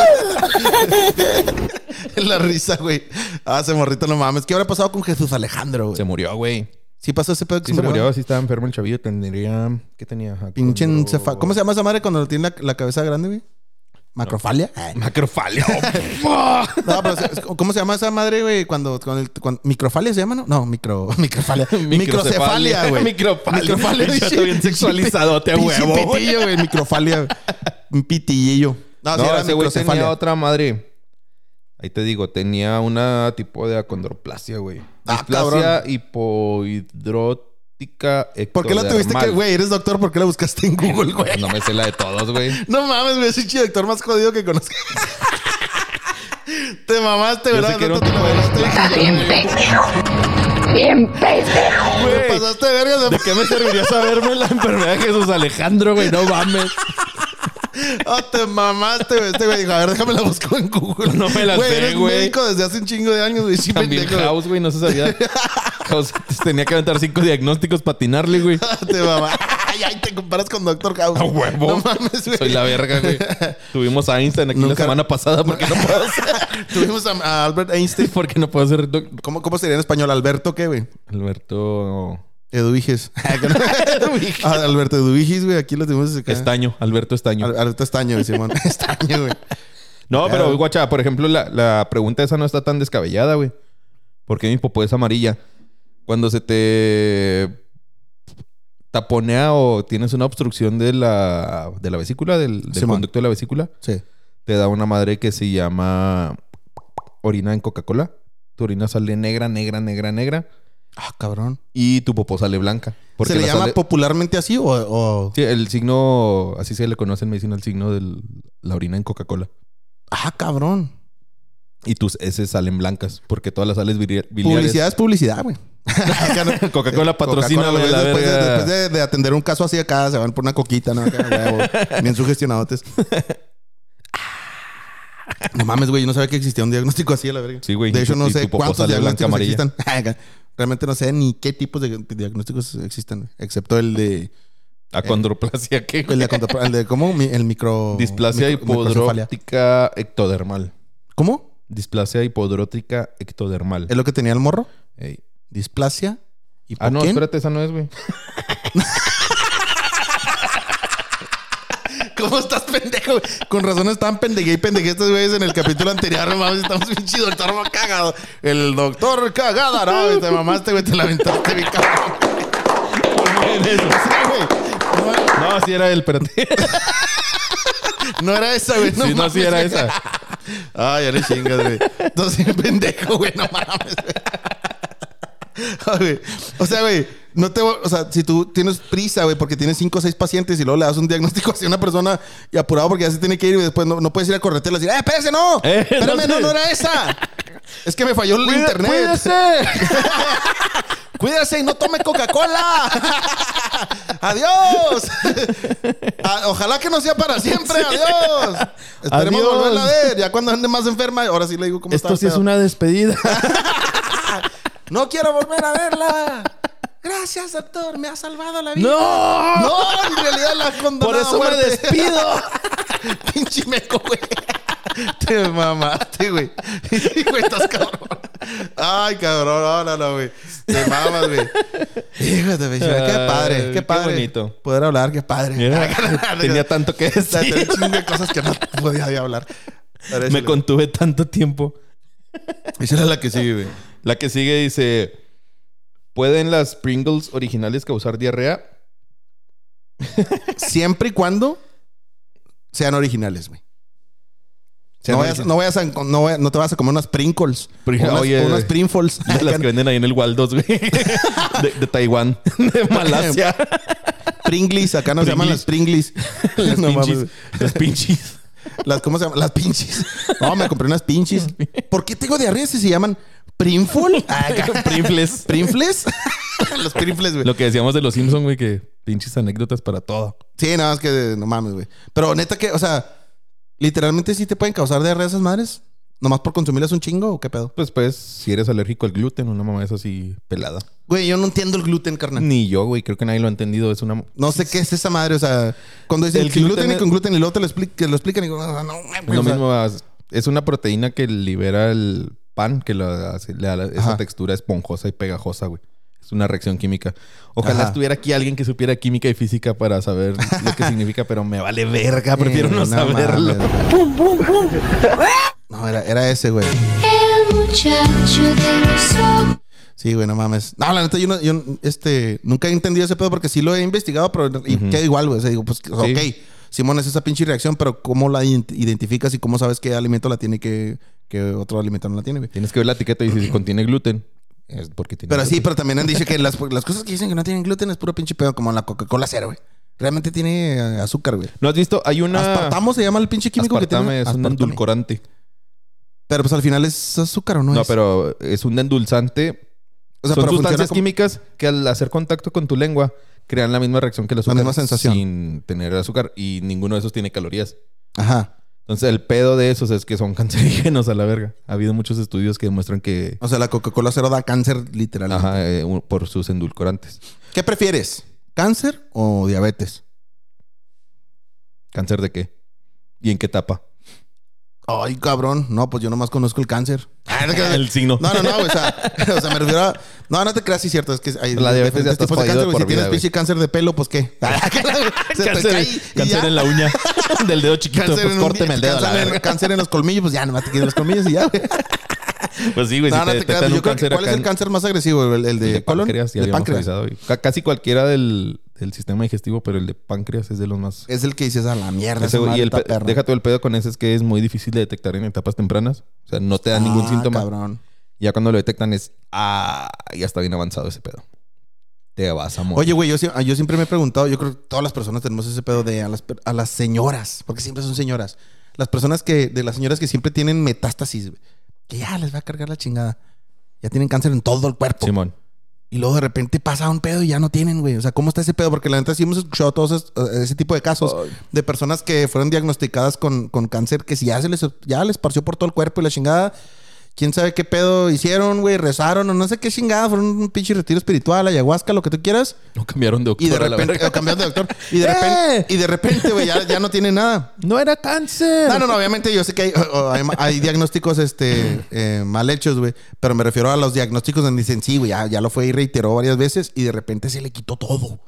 la risa, güey. Ah, ese morrito, no mames. ¿Qué habrá pasado con Jesús Alejandro,
Se
güey?
murió, güey.
Sí pasó ese pedo que
Sí se murió, sí estaba enfermo el chavillo. Tendría... ¿Qué tenía? Ajá,
Pinche
cuando-
encefa- ¿Cómo se llama esa madre cuando tiene la, la cabeza grande, güey? ¿Macrofalia? Ay.
Macrofalia.
No, pero se- ¿cómo se llama esa madre, güey? Cuando, cuando, el- cuando- ¿Microfalia se llama, no? No, micro, microfalia. Microcefalia, güey.
Microfalia.
Microfalia.
El chato
pinche-
bien sexualizado, te
pinche
huevo, güey.
pitillo, güey. Microfalia. güey. Un pitillillo. No, sí
No,
era
ese güey tenía
microcefalia.
otra madre. Ahí te digo, tenía una tipo de acondroplasia, güey.
Ah,
Displasia hipohidrótica
¿Por qué la tuviste que,
ectodermal.
güey? Eres doctor, ¿por qué la buscaste en Google, güey?
No me sé la de todos, güey.
No mames, güey, es el doctor más jodido que conozco. te mamaste,
Yo
¿verdad?
sé que era
No
un
te
tipo de
pasaste.
¡Bien pendejo!
Te
Güey,
pasaste de verga.
¿De qué me serviría saberme la enfermedad de Jesús Alejandro, güey? No mames.
Oh, te mamaste, güey. Este güey dijo, a ver, déjame la busco en Google.
No me la sé,
eres
güey.
médico desde hace un chingo de años, güey. Sí,
También
pendejo.
House, güey, no se sabía. House tenía que aventar cinco diagnósticos para atinarle, güey.
Ah, te mamaste. Ay, ay, te comparas con Doctor House.
A huevo.
No mames, güey.
Soy la verga, güey. Tuvimos a Einstein aquí
Nunca-
la semana pasada porque no puedo hacer.
Tuvimos a, a Albert Einstein.
Porque no puedo hacer doc-
¿Cómo, ¿Cómo sería en español? ¿Alberto qué, güey?
Alberto
Eduiges. Ah, Alberto Eduiges, güey. Aquí lo tenemos acá.
Estaño, Alberto Estaño.
Al- Alberto Estaño, güey, Simón. Estaño, güey.
no, pero
Claro.
guacha, por ejemplo, la, la pregunta esa no está tan descabellada, güey. ¿Por qué mi popó es amarilla? Cuando se te taponea o tienes una obstrucción de la, de la vesícula, del, del
Simón.
conducto de la vesícula,
Sí.
te da una madre que se llama orina en Coca-Cola. Tu orina sale negra, negra, negra, negra.
Ah, cabrón.
Y tu popó sale blanca. Porque
¿Se le
la
llama
sale-
popularmente así o, o-
Sí, el signo, así se le conoce en medicina, el signo de la orina en Coca-Cola.
Ah, cabrón.
Y tus S salen blancas, porque todas las sales bili- biliares.
Publicidad es publicidad, güey.
Coca-Cola patrocina,
Eh, Coca-Cola,
güey, la
Después, de,
verga.
después de- de atender un caso así acá, se van por una coquita, ¿no? Acá, huevo. Bien sugestionadotes. No mames, güey. Yo no sabía que existía un diagnóstico así a la verga.
Sí, güey.
De
Y
hecho,
tu-
no
y
sé
tu popó
cuántos
sale blanca,
diagnósticos
amarilla.
existan. Acá. Realmente no sé ni qué tipos de diagnósticos existen, güey. excepto el de.
Acondroplasia, ¿qué?
El de, contro- el de ¿Cómo? Mi- El micro.
Displasia
micro- microcefalia.
hipodrótica ectodermal.
¿Cómo?
Displasia hipodrótica ectodermal.
¿Es lo que tenía el morro?
Ey.
Displasia. ¿Y
Ah, no,
quién?
espérate, esa no es, güey.
¿Cómo estás, pendejo? Con razón estaban pendegué y pendegué estos güeyes en el capítulo anterior. No mames, estamos pinche doctor va cagado. El doctor cagada, ¿no? Y Te mamaste, güey, te lamentaste, mi cabrón. Sí, güey.
No, sí era él, espérate.
No, no era esa, güey. No
Sí, no, sí
mames,
era
güey.
esa.
Ay, ya le chingas, güey. Entonces, pendejo, güey, no mames. Ay, güey. O sea, güey, no te. O sea, si tú tienes prisa, güey, porque tienes cinco o seis pacientes y luego le das un diagnóstico así a una persona y apurado porque ya se tiene que ir y después no, no puedes ir a corretela y decir, ¡eh, espérese, no!
Eh,
¡Espérame,
no
no,
sé.
no era esa! Es que me falló el internet.
¡Cuídese!
Cuídese y no tome Coca-Cola. Adiós. Ah, Ojalá que no sea para siempre. Adiós. Esperemos
Adiós.
volverla a ver. Ya cuando ande más enferma, ahora sí le digo cómo está.
Esto
el
sí es
pedo.
una despedida.
No quiero volver a verla. Gracias, doctor. Me ha salvado la vida.
¡No!
No, en realidad la condenada
Por eso me
muerte.
despido.
Pinche meco, güey. Te mamaste, güey. Güey, estás cabrón. Ay, cabrón, no, no, no, güey. Te mamas, güey. Hijo de vecina, qué
Ay,
padre,
qué
qué padre.
bonito.
Poder hablar, qué padre.
Mira, tenía tanto que
Tenía
decir.
un chingo de cosas que no podía ya hablar. Pero
Me
échale.
contuve tanto tiempo.
Échale a la que sigue, güey.
La que sigue dice: ¿Pueden las Pringles originales causar diarrea?
Siempre y cuando sean originales, güey.
Sean
No, vayas,
originales.
no, vayas a, no, vaya- no te vas a comer unas Pringles.
Pring-
unas,
oye,
unas Pringles.
De las que venden ahí en el Waldos, güey. De, de Taiwán, de Malasia.
Pringles, acá nos llaman las Pringles.
Las
No mames.
pinches. Las pinches.
Las, ¿Cómo se llaman? Las pinches. No, me compré unas pinches. ¿Por qué tengo diarrea si se llaman Prinful? Ah, ca-
Pringles.
¿Prinfles? Los prinfles, güey.
Lo que decíamos de los Simpsons, güey, que pinches anécdotas para todo.
Sí, nada más que no mames, güey. Pero neta que, o sea, literalmente sí te pueden causar diarrea esas madres. Nomás por consumirlas un chingo o qué pedo.
Pues, pues, si eres alérgico al gluten, una mamá es así pelada.
Güey, yo no entiendo el gluten, carnal.
Ni yo, güey, creo que nadie lo ha entendido. Es una.
No sé qué es esa madre, o sea, cuando dicen
El
sin gluten,
gluten
y
es-
con gluten y luego te lo, expli- que lo explican y digo, "Ah, no, no,
Es
güey,
lo
o sea,
mismo. as- Es una proteína que libera el pan, que lo hace- le da la- esa
Ajá.
textura esponjosa y pegajosa, güey. Es una reacción química. Ojalá
Ajá.
estuviera aquí alguien que supiera química y física para saber lo que significa, pero me vale verga. Prefiero
eh,
no, saberlo.
mames, güey. No, era, era ese, güey.
El muchacho de los ojos.
Sí, güey, no mames. No, la neta, yo, no- yo este, nunca he entendido ese pedo porque sí lo he investigado, pero y queda igual, güey. O sea, digo, pues, ok, Simón es esa pinche reacción, pero ¿cómo la ident- identificas y cómo sabes qué alimento la tiene que, que otro alimento no la tiene, güey?
Tienes que ver la etiqueta y si contiene gluten, es porque tiene
Pero sí,
gluten.
pero también han dicho que las, las cosas que dicen que no tienen gluten es puro pinche pedo, como la Coca-Cola cero, güey. Realmente tiene eh, azúcar, güey.
¿No has visto? Hay una.
Aspartamo se llama el pinche químico que
Aspartame
tiene.
es un
aspartame.
endulcorante.
Pero pues al final es azúcar o no,
No,
es.
pero es un endulzante
o sea,
Son
pero funciona
sustancias
como-
químicas que al hacer contacto con tu lengua crean la misma reacción que el azúcar.
misma sensación.
Sin tener azúcar y ninguno de esos tiene calorías.
Ajá.
Entonces el pedo de esos es que son cancerígenos a la verga. Ha habido muchos estudios que demuestran que...
O sea, la Coca-Cola cero da cáncer literal.
Ajá, eh, un- por sus endulcorantes.
¿Qué prefieres? ¿Cáncer o diabetes?
¿Cáncer de qué? ¿Y en qué etapa?
Ay, cabrón. No, pues yo nomás conozco el cáncer.
El signo.
Ah, No, no, no, güey, o sea, o sea, me refiero a... No, no te creas, sí, cierto, es que hay
La diabetes ya
diferentes
estás
tipos de
jodido
cáncer, güey.
por
Si tienes
vida,
pinche cáncer de pelo, pues qué. Se te
cáncer
cae
en-
y
cáncer
ya.
en la uña del dedo chiquito.
Cáncer
pues
en un
córteme el
día,
dedo. a la
cáncer en-
verga.
cáncer en los colmillos, pues ya, nomás te quitas los colmillos y ya, güey.
Pues sí, güey.
No,
si
no
te
te creas,
detectan un
yo creo que
cáncer
¿cuál
acá
es el
en-
cáncer más agresivo? güey? ¿El, el de,
El de
colon?
páncreas, ya
de
habíamos
páncreas.
revisado. Ca- Casi cualquiera del, del sistema digestivo, pero el de páncreas es de los más...
Es el que dices a la mierda.
Ese
esa
güey, y
madre
el
está
pe-
Eh, perra.
déjate el pedo con ese es que es muy difícil de detectar en etapas tempranas. O sea, no te da ningún
Ah,
síntoma.
cabrón.
Ya cuando lo detectan es, ah, ya está bien avanzado ese pedo. Te vas a morir.
Oye, güey, yo, sie- yo siempre me he preguntado, yo creo que todas las personas tenemos ese pedo de a las, per- a las señoras, porque siempre son señoras. Las personas que, de las señoras que siempre tienen metástasis, güey, que ya les va a cargar la chingada. Ya tienen cáncer en todo el cuerpo.
Simón.
Y luego de repente pasa un pedo y ya no tienen, güey. O sea, ¿cómo está ese pedo? Porque la neta sí hemos escuchado todos es- eh, ese tipo de casos de personas que fueron diagnosticadas con, con cáncer que si ya se les ya les parció por todo el cuerpo y la chingada. Quién sabe qué pedo hicieron, güey, rezaron o no sé qué chingada, fueron un pinche retiro espiritual, ayahuasca, lo que tú quieras.
No cambiaron de doctor.
Y de
a la
repente,
verga.
o cambiaron de doctor. Y de
¡Eh!
repente, y de repente, güey, ya, ya no tiene nada.
No era cáncer.
No, no, no, obviamente yo sé que hay, o- o hay, hay diagnósticos este, eh, mal hechos, güey. Pero me refiero a los diagnósticos donde dicen, sí, güey, ya, ya lo fue y reiteró varias veces y de repente se le quitó todo.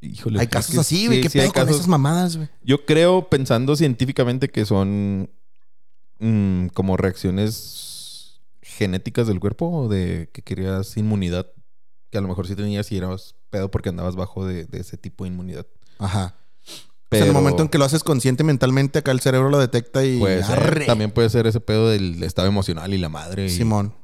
Híjole.
Hay
es
casos
que
así, güey.
sí,
¿Qué
sí hay
pedo con
casos.
esas mamadas, güey?
Yo creo, pensando científicamente, que son mm, como reacciones genéticas del cuerpo o de que querías inmunidad. Que a lo mejor sí tenías y eras pedo porque andabas bajo de, de ese tipo de inmunidad.
Ajá. O sea,
Pero
en el momento en que lo haces consciente mentalmente, acá el cerebro lo detecta y.
puede ser,
¡Arre!
también puede ser ese pedo del estado emocional y la madre. y-
Simón.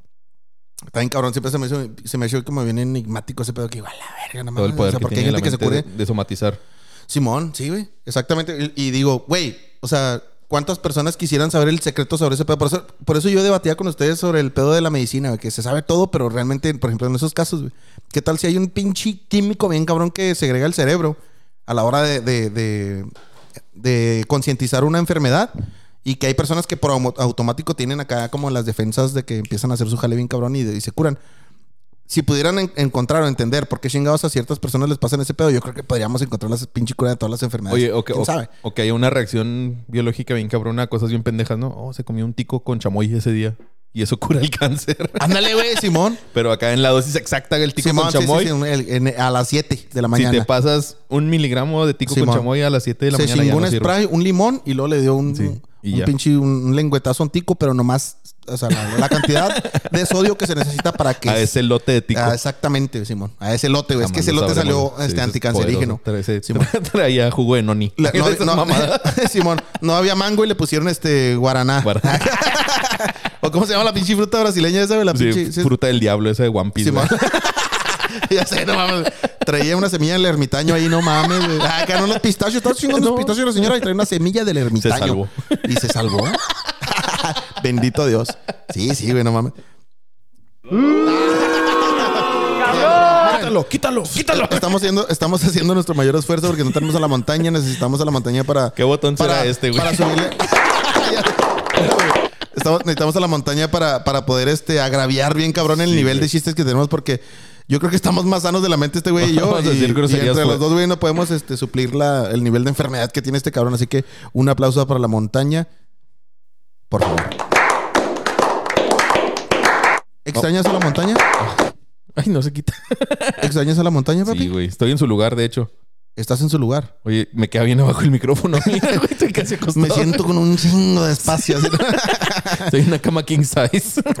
También cabrón, siempre se me hizo, se me hizo como bien enigmático ese pedo que igual la verga, no
Todo el
mames.
poder
o sea,
que
porque hay
tiene
gente que
la
se
mente
cure.
de, de somatizar.
Simón, sí, güey. Exactamente. Y, y digo, güey, o sea, ¿cuántas personas quisieran saber el secreto sobre ese pedo? Por eso, por eso yo debatía con ustedes sobre el pedo de la medicina, güey, que se sabe todo, pero realmente, por ejemplo, en esos casos, güey, ¿qué tal si hay un pinche químico bien cabrón que segrega el cerebro a la hora de, de, de, de concientizar una enfermedad? Y que hay personas que por aumo- automático tienen acá como las defensas de que empiezan a hacer su jale bien cabrón y, de- y se curan si pudieran en- encontrar o entender por qué chingados a ciertas personas les pasan ese pedo, yo creo que podríamos encontrar las pinche cura de todas las enfermedades.
Oye, o que,
Ah, ¿Quién
o-
sabe?
o que haya una reacción biológica bien cabrona, cosas bien pendejas, ¿no? Oh, se comió un tico con chamoy ese día y eso cura el cáncer.
Ándale, güey, Simón.
Pero acá en la dosis exacta del tico
Simón, sí,
con
sí,
chamoy,
sí, en el- en- a las 7 de la mañana.
si te pasas un miligramo de tico
Simón.
con chamoy a las 7 de la
Se
mañana,
chingó
ya
un
no sirve.
spray, un limón y luego le dio un,
Sí, y
un
ya.
pinche un, un lengüetazo antico, pero nomás, o sea, la, la cantidad de sodio que se necesita para que.
A ese lote de tico. Ah,
Ah, exactamente, güey, Simón. A ese lote, güey. Es que ese lote salió este, anticancerígeno. Simón.
traía jugo de noni.
La- no,
Esas
no- Ah,
mamadas.
Simón, no había mango y le pusieron este guaraná.
Para-
¿O cómo se llama la pinche fruta brasileña esa, güey? La
sí,
pinche. sí,
fruta del diablo esa de One Piece.
Simón.
güey.
ya sé, no mames. Traía una semilla del ermitaño ahí, no mames, güey. Ah, ganó los pistachos. Estaba chingando los pistachos la señora y traía una semilla del ermitaño.
salvó.
Y se salvó. Bendito Dios. Sí, sí, güey, no mames. Quítalo, quítalo, quítalo. Estamos haciendo, estamos haciendo nuestro mayor esfuerzo porque no tenemos a la montaña, necesitamos a la montaña para.
¿Qué botón será
para-
este, güey?
Para subirle. Estamos- necesitamos a la montaña para, para poder este, agraviar bien cabrón el nivel de chistes que tenemos porque yo creo que estamos más sanos de la mente este güey y yo.
Vamos a
y,
decir
y
groserías,
entre los
güey.
dos, güey, no podemos este, suplir la- el nivel de enfermedad que tiene este cabrón. Así que un aplauso para la montaña. Por favor. ¿Extrañas a la montaña?
Ay, no se quita.
¿Extrañas a la montaña, papi?
Sí, güey. Estoy en su lugar, de hecho.
Estás en su lugar.
Oye, me queda bien abajo el micrófono. Mira, güey, estoy casi acostado.
Me siento con un chingo de espacio. así.
Estoy en una cama king size.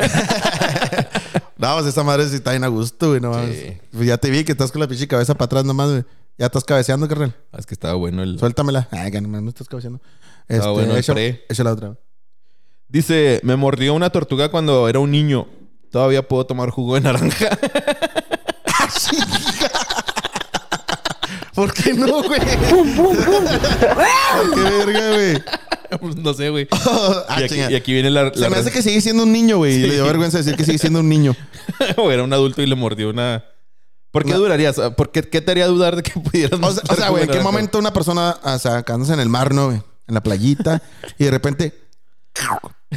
No, pues esa madre sí está bien a gusto, güey. No, mames.
Sí.
Pues ya te vi que estás con la pinche cabeza para atrás nomás, güey. Ya estás cabeceando, carnal.
Ah, es que estaba bueno el...
Suéltamela. Ay, que no, no estás cabeceando. Este,
Ah, bueno el
echa-
pre.
echa la otra.
Dice, me mordió una tortuga cuando era un niño. Todavía puedo tomar jugo de naranja.
¿Por qué no, güey? ¡Qué verga, güey!
Pues, no sé, güey.
Ah,
y, aquí,
chinga.
y aquí viene la...
Se
la
me hace
res-
que sigue siendo un niño, güey. Y
Sí.
Le dio vergüenza decir que sigue siendo un niño.
o era un adulto y le mordió una... ¿Por qué
Una-
durarías? ¿Por qué, qué te haría dudar de que pudieras
O sea, o sea, güey, ¿en qué momento una persona, o sea, quedándose en el mar, no, güey? En la playita. y de repente...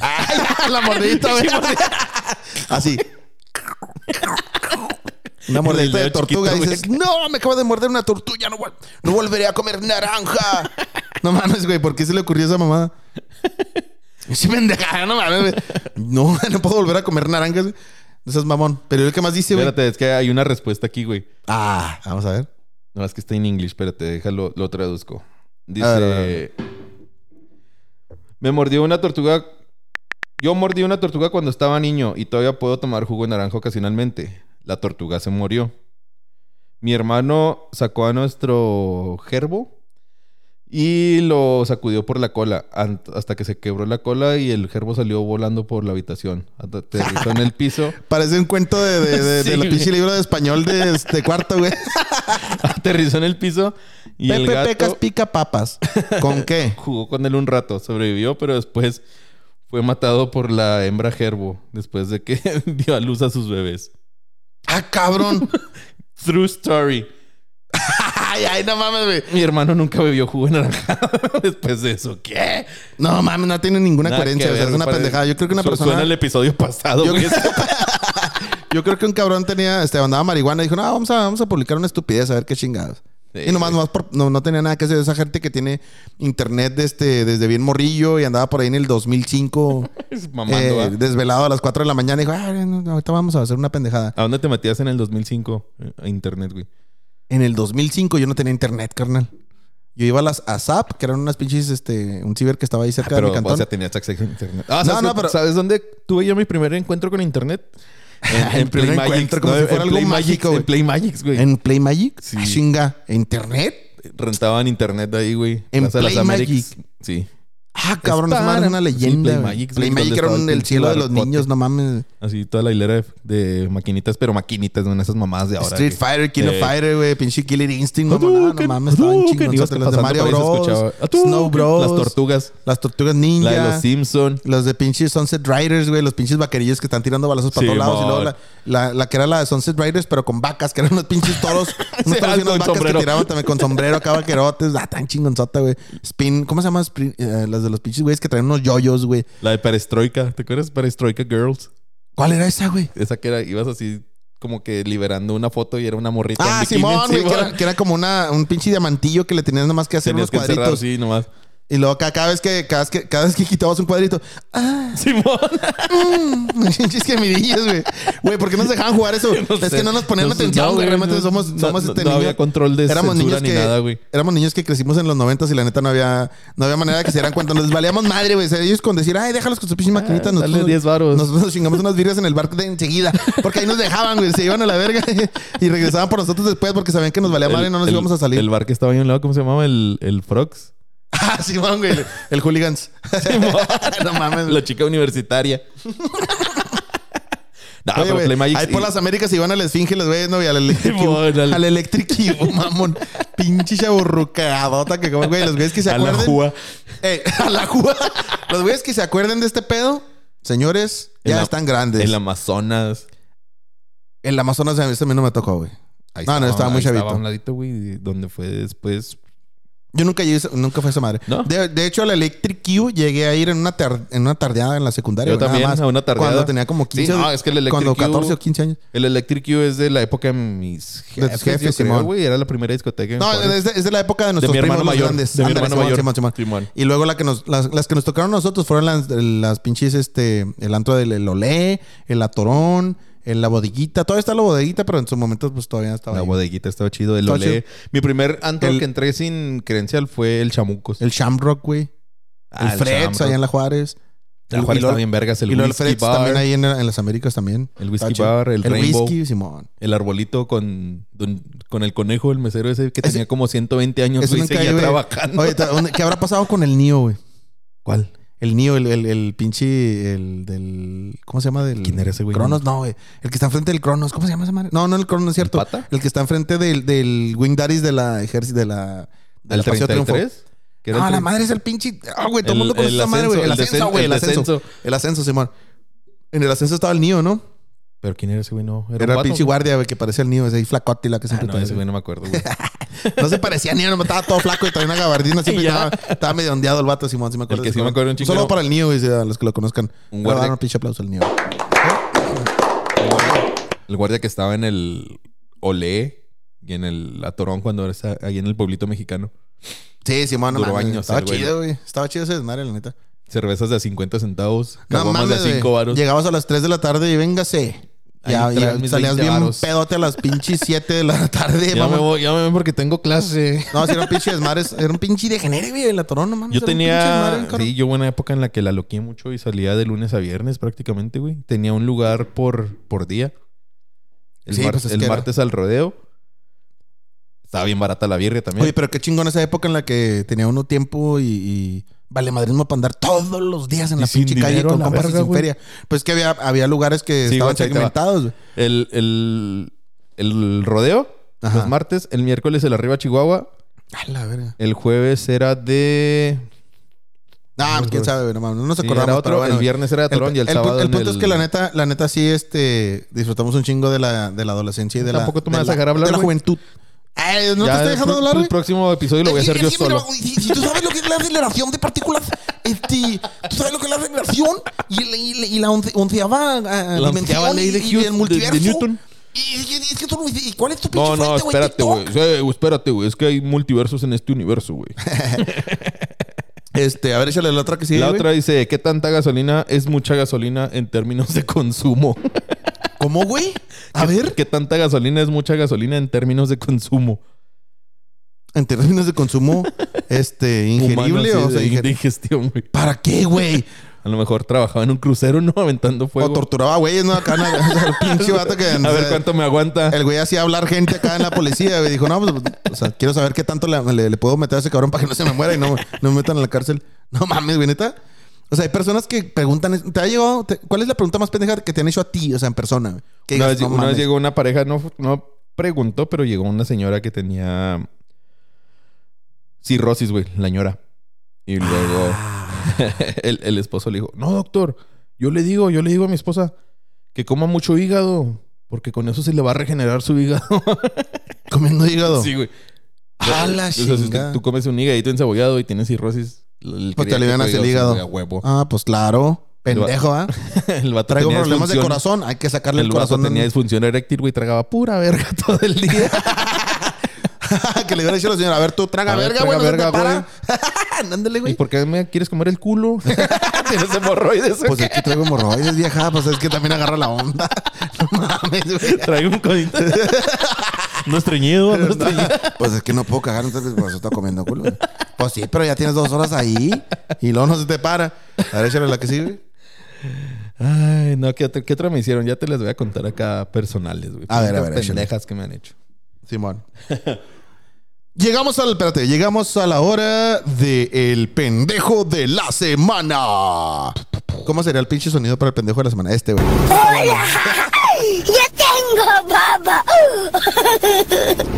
¡Ay, la mordidita, güey! Así. Una mordidita de
dedo
tortuga.
chiquito,
dices, no, me acabo de morder una tortuga. No, vol- no volveré a comer naranja. No mames, güey. ¿Por qué se le ocurrió esa mamada? Sí, pendejada, no mames. güey. No, no puedo volver a comer naranjas. güey. No seas mamón. Pero el que más dice, güey.
Espérate, es que hay una respuesta aquí, güey.
Ah, vamos a ver.
No, es que está en inglés. Espérate, déjalo, lo traduzco. Dice...
A ver, a ver.
Me mordió una tortuga... Yo mordí una tortuga cuando estaba niño y todavía puedo tomar jugo de naranja ocasionalmente. La tortuga se murió. Mi hermano sacó a nuestro gerbo y lo sacudió por la cola an- hasta que se quebró la cola y el gerbo salió volando por la habitación. At- Aterrizó en el piso.
Parece un cuento de, de, de,
Sí,
de la
güey.
pinche libro de español de, este cuarto, güey.
Aterrizó en el piso y el
Pepe
gato...
Pecas pica papas. ¿Con qué?
jugó con él un rato, sobrevivió, pero después fue matado por la hembra gerbo después de que dio a luz a sus bebés.
¡Ah, cabrón!
True story.
¡Ay, ay, no mames, güey!
Mi hermano nunca bebió jugo de naranja después de eso. ¿Qué?
No mames, no tiene ninguna coherencia. o sea, es una pendejada. Yo creo que una
Suena el
persona...
episodio pasado,
Yo-
güey.
Yo creo que un cabrón tenía... Este, andaba marihuana y dijo, no, vamos a, vamos a publicar una estupidez, a ver qué chingados.
Sí,
y nomás,
güey.
nomás por- no, no tenía nada que hacer. Esa gente que tiene internet de este, desde bien morrillo y andaba por ahí en el 2005...
Es
eh,
Mamando, ¿va?
desvelado a las 4 de la mañana y dijo, ah, no, no, ahorita vamos a hacer una pendejada.
¿A dónde te metías en el 2005? A eh, internet, güey.
En el 2005 yo no tenía internet, carnal. Yo iba a las ASAP, que eran unas pinches, este, un ciber que estaba ahí cerca de mi
Ah, Pero,
cantón.
o sea, tenías acceso a internet. Ah,
No,
¿sabes,
no,
qué?
pero-
¿Sabes dónde tuve yo mi primer encuentro con internet? En,
El primer encuentro, como si fuera algo
Play Magic,
mágico, güey.
En Play Magic, güey.
en Play Magic.
Sí.
Ah, chinga. ¿Internet?
Rentaban internet ahí, güey.
En
Plaza de las
Play
Américas. Sí.
Ah, cabrón, esa
para-
madre era una
Sí,
leyenda.
Play
güey.
Magic, güey,
Play
donde
Magic era
estaba el
un- el
pinche
cielo de los
barcote.
niños, no mames.
Así toda la hilera de, de maquinitas, pero maquinitas, no en esas mamadas de ahora.
Street
que-
Fighter, King of
Eh.
Fighter, güey, pinche Killer Instinct, no, no,
Hadouken,
mames, estaban
Hadouken. Ibas
chingones. Los de
pasando
Mario
por ahí, se escuchaba,
Bros,
Hadouken.
Snow Bros,
Las tortugas.
las tortugas ninja,
La de los Simpson.
los de pinches Sunset Riders, güey, los pinches vaquerillos que están tirando balazos para
Sí,
todos lados. Y luego
mon.
la, la- la que era la de Sunset Riders, pero con vacas, que eran unos pinches toros. unos
Sí,
toros y unas
con
vacas
sombrero.
que tiraban también con sombrero acá, vaquerotes. Ah, tan chingonzota, güey. Spin, ¿cómo se llama? Spin- eh, las de los pinches güeyes que traen unos yoyos, güey.
La de Perestroika. ¿Te acuerdas? Perestroika Girls.
¿Cuál era esa, güey?
Esa que era, ibas así como que liberando una foto y era una morrita. en
Ah,
bikini,
Simón, güey, que
Simón.
era, que era como una, un pinche diamantillo que le tenías nomás que hacer
Tenías que
unos
encerrar
cuadritos.
así nomás.
Y luego cada, cada vez que, cada vez que, cada vez que quitabas un cuadrito, ah,
Simón.
pinches que mirillas, güey. Güey, ¿por qué nos dejaban jugar eso?
No
es
sé.
que no nos ponían
No sé,
atención,
no,
güey. Realmente
no,
somos,
no,
somos
no,
este
no
niño.
había control de censura ni
que,
nada, güey.
Éramos niños que crecimos en los noventas y la neta no había, no había manera de que se dieran cuenta. Nos valíamos madre, güey. O sea, Ellos con decir, ay, déjalos con su pinche maquinita.
Ah, dale 10 varos.
Nosotros nos chingamos unas birras en el bar de enseguida. Porque ahí nos dejaban, güey. Se iban a la verga y regresaban por nosotros después porque sabían que nos valía madre y no nos
El-
íbamos a salir.
El bar que estaba ahí a un lado, ¿cómo se llamaba? El, el Frogs.
Ah, Simón, güey. El, el hooligans. no mames.
La chica universitaria. no,
Oye,
Ah, pero
güey,
Play Magic
ahí
sí.
por las Américas iban a la Esfinge, les güeyes, ¿no? Y al Electric
Sí, bueno,
Cube.
al-
Al Electric Cube, mamón. Pinche chaburrucadota que como, güey. Los güeyes que se
A la
acuerden.
Júa.
Ey, a la Júa. Los güeyes que se acuerden de este pedo, señores, ya
En la-
están grandes.
El
El, Amazonas
Amazonas.
Amazonas a mí ese a mí no me tocó, güey.
Ahí
No, no, estaba muy
ahí
chavito.
Estaba a un ladito, güey, donde fue después.
Yo nunca llegué, a esa- nunca fue esa madre.
¿No?
De, de hecho, al Electric Cube llegué a ir en una, tar- en una tardeada en la secundaria.
Yo
güey, nada
también,
más.
a una tardeada.
Cuando tenía como 15
Sí, no, es que el Electric
Cuando
Cube-
14 o 15 años.
El Electric U es de la época de mis
tus
jefes.
jefes,
yo creo,
Simón.
güey. Era la primera discoteca. en
No,
Juárez.
es de, es de la época de nuestros
mi hermano
primos los
mayor,
grandes.
de mi
Ándale,
hermano
Simón,
mayor.
Simón, Simón.
Simón.
Y luego la que nos, las, las que nos tocaron a nosotros fueron las, las pinches, este, el antro del el Olé, el Atorón, el La Bodeguita. Todavía está la bodeguita, pero en su momento pues todavía estaba.
La
ahí.
bodeguita estaba chido. El
Estaba
olé. Mi primer antro
El-
que entré sin credencial fue el Chamucos.
El Shamrock, güey.
Ah,
el Freds
Chamrock.
allá en La Juárez.
La
Y- y
Juárez
luego-
estaba bien vergas. El
y luego el
Whisky
Freds también
Bar.
ahí en, en las Américas también.
El Whisky
Estaba chido.
Bar, el
el
Rainbow.
Whisky, Simón.
El arbolito con, don- con el conejo, el mesero ese que tenía como 120 años
Eso
güey, y
nunca
seguía
hay, güey.
trabajando.
Oye, ta- ¿dónde- ¿qué habrá pasado con el Nio, güey?
¿Cuál?
El Nio, el, el, el pinche, el del... ¿Cómo se llama? Del,
¿Quién era ese güey?
Cronos, no, güey. El que está enfrente del Cronos. ¿Cómo se llama esa madre? No, no el Cronos, es cierto.
¿El pata?
que está enfrente del, del Wing Daddies de la ejército, de la... de la
¿El
Paseo Triunfo.
33? Que era
Ah,
el
la
tre-
madre es el pinche... Ah, güey, todo el
El-
mundo conoce
el
esa madre, güey. El
ascenso, el
ascenso, güey. El
descen- el
ascenso. El ascenso, Simón. En el ascenso estaba el Nio, ¿no?
¿Pero quién era ese güey? No.
Era,
un
el
vato?
pinche guardia, güey, que parecía el Nio. Ese ahí flacote, la que
Ah,
siempre
no,
trae.
ese güey no me acuerdo, güey.
No se parecía a Nio, no, estaba todo flaco y traía una gabardina. Siempre estaba, estaba medio ondeado el vato, Simón. Sí me acuerdo.
El que
de ese
sí me acuerdo un chingo
Solo
era-
para el Nio, güey, a los que lo conozcan.
Un
Le
guardia-
voy a dar un pinche aplauso al Nio.
El guardia que estaba en el Olé y en el Atorón cuando era ahí en el pueblito mexicano.
Sí, Simón, no
Duró
mames,
años
Estaba
el güey.
chido, güey. Estaba chido ese desmadre, la neta.
Cervezas de a 50 centavos,
No
caguamas de a
mames,
5
güey.
varos.
Llegabas a las 3 de la tarde y véngase.
Ahí
Ya,
traes
ya
mis
salías
20
bien
varos.
pedote a las pinches 7 de la tarde,
Ya me
mamón.
voy, ya me voy porque tengo clase.
No, si era un pinche desmadre. Era un pinche degenere, güey. La torón, no mames.
Yo
era un pinche desmadre,
tenía,
bien caro.
sí, yo hubo una época en la que la loqué mucho y salía de lunes a viernes prácticamente, güey. Tenía un lugar por, por día. El,
Sí,
mar-
pues es
el
que era.
martes al rodeo. Estaba bien barata la birria también.
Oye, pues, pero qué chingón esa época en la que tenía uno tiempo y, y vale madrismo para andar todos los días en
Y
la
sin
pinche calle
dinero a
con
la
compas y
verga,
sin
güey.
feria. Pues que había, había lugares que
Sí,
estaban
güey, ahí te va.
segmentados. güey.
El, el, el rodeo,
Ajá.
los martes. El miércoles el arriba Chihuahua.
A la verga.
El jueves era de...
Ah, pues quién sabe, güey, no mames, no nos
Sí,
acordamos.
era otro.
pero bueno,
el viernes era de Torón y el,
pu-
sábado
el
en
punto es que la neta, la neta sí, este, disfrutamos un chingo de la, de la adolescencia y de la,
Tampoco tú me
de
vas a
la-
dejar hablar,
de la
güey.
juventud. Ay, no
Ya
te estoy
el
dejando
pro-
hablar,
El
güey.
próximo episodio lo voy a
Es
hacer
que-
yo
es que mira,
solo.
güey, si, si tú sabes lo que es la aceleración de partículas, este, tú sabes lo que es la aceleración y, el- y el- y la once- onceava ah,
onceava
dimensión
ley de
y- y
Hughes-
el
de- de
multiverso.
Newton.
Y, y- y es que tú no- y ¿cuál es tu pinche
No, no,
fuente, güey?
espérate,
TikTok.
güey. Sí, güey, Espérate, güey. Es que hay multiversos en este universo, güey.
Este, a ver, échale la otra que sigue.
la
güey.
otra dice, ¿qué tanta gasolina es mucha gasolina en términos de consumo?
¿Cómo, güey? A ver,
¿Qué tanta gasolina es mucha gasolina en términos de consumo?
en términos de consumo, este, ingerible o
Humano, así
sea,
de
ingerible.
indigestión, güey.
¿Para qué, güey?
A lo mejor trabajaba en un crucero, ¿no? Aventando
O
fuego.
torturaba güeyes, ¿no? Acá, no, el pinche vato que...
a ver cuánto me aguanta.
El güey hacía hablar gente acá en la policía. güey. dijo, no, pues, o sea, quiero saber qué tanto le, le- le puedo meter a ese cabrón para que no se me muera y no, no me metan en la cárcel. No mames, güey, neta. O sea, hay personas que preguntan, ¿te ha llegado? te- ¿Cuál es la pregunta más pendeja que te han hecho a ti, o sea, en persona? güey? Que
Una,
digas,
vez,
"No
una vez
mames".
llegó una pareja, no, no preguntó, pero llegó una señora que tenía cirrosis, güey, la ñora. Y luego
Ah.
el, el esposo le dijo, no, doctor, yo le digo, yo le digo a mi esposa que coma mucho hígado, porque con eso se le va a regenerar su hígado.
comiendo hígado.
sí, güey.
A la
O sea, si
chingada.
tú comes un hígadito encebollado y tienes cirrosis, el-
Pues te
quería que
alivianas
tu
el
se
hígado.
fuera a huevo.
Ah, pues claro. Pendejo, ¿ah?
El vato
Traigo
tenía
problemas de
disfunción-
corazón. Hay que sacarle el,
El vato
corazón.
tenía
de...
disfunción eréctil, güey, tragaba pura verga todo el día.
que le hubiera dicho a la señora, a ver, tú traga
A ver,
verga,
traga
güey. No se te
verga,
para. Ándale,
¿Y
güey.
por qué me quieres comer el culo? Tienes hemorroides.
Pues es que traigo hemorroides, vieja. Pues es que también agarra la onda. No mames, güey.
Traigo un codito. no estreñido, no estreñido.
Pues es que no puedo cagar, entonces pues está comiendo culo. güey. Pues sí, pero ya tienes dos horas ahí y luego no se te para. A ver, échale la que sigue.
Ay, no, ¿qué, otra- qué otra me hicieron? Ya te las voy a contar acá personales, güey.
A ver, a
Las
ver, échale.
pendejas que me han hecho.
Simón. Llegamos al, espérate, llegamos a la hora de el pendejo de la semana. ¿Cómo sería el pinche sonido para el pendejo de la semana? Este, güey.
¡Ya tengo, Uh, papá!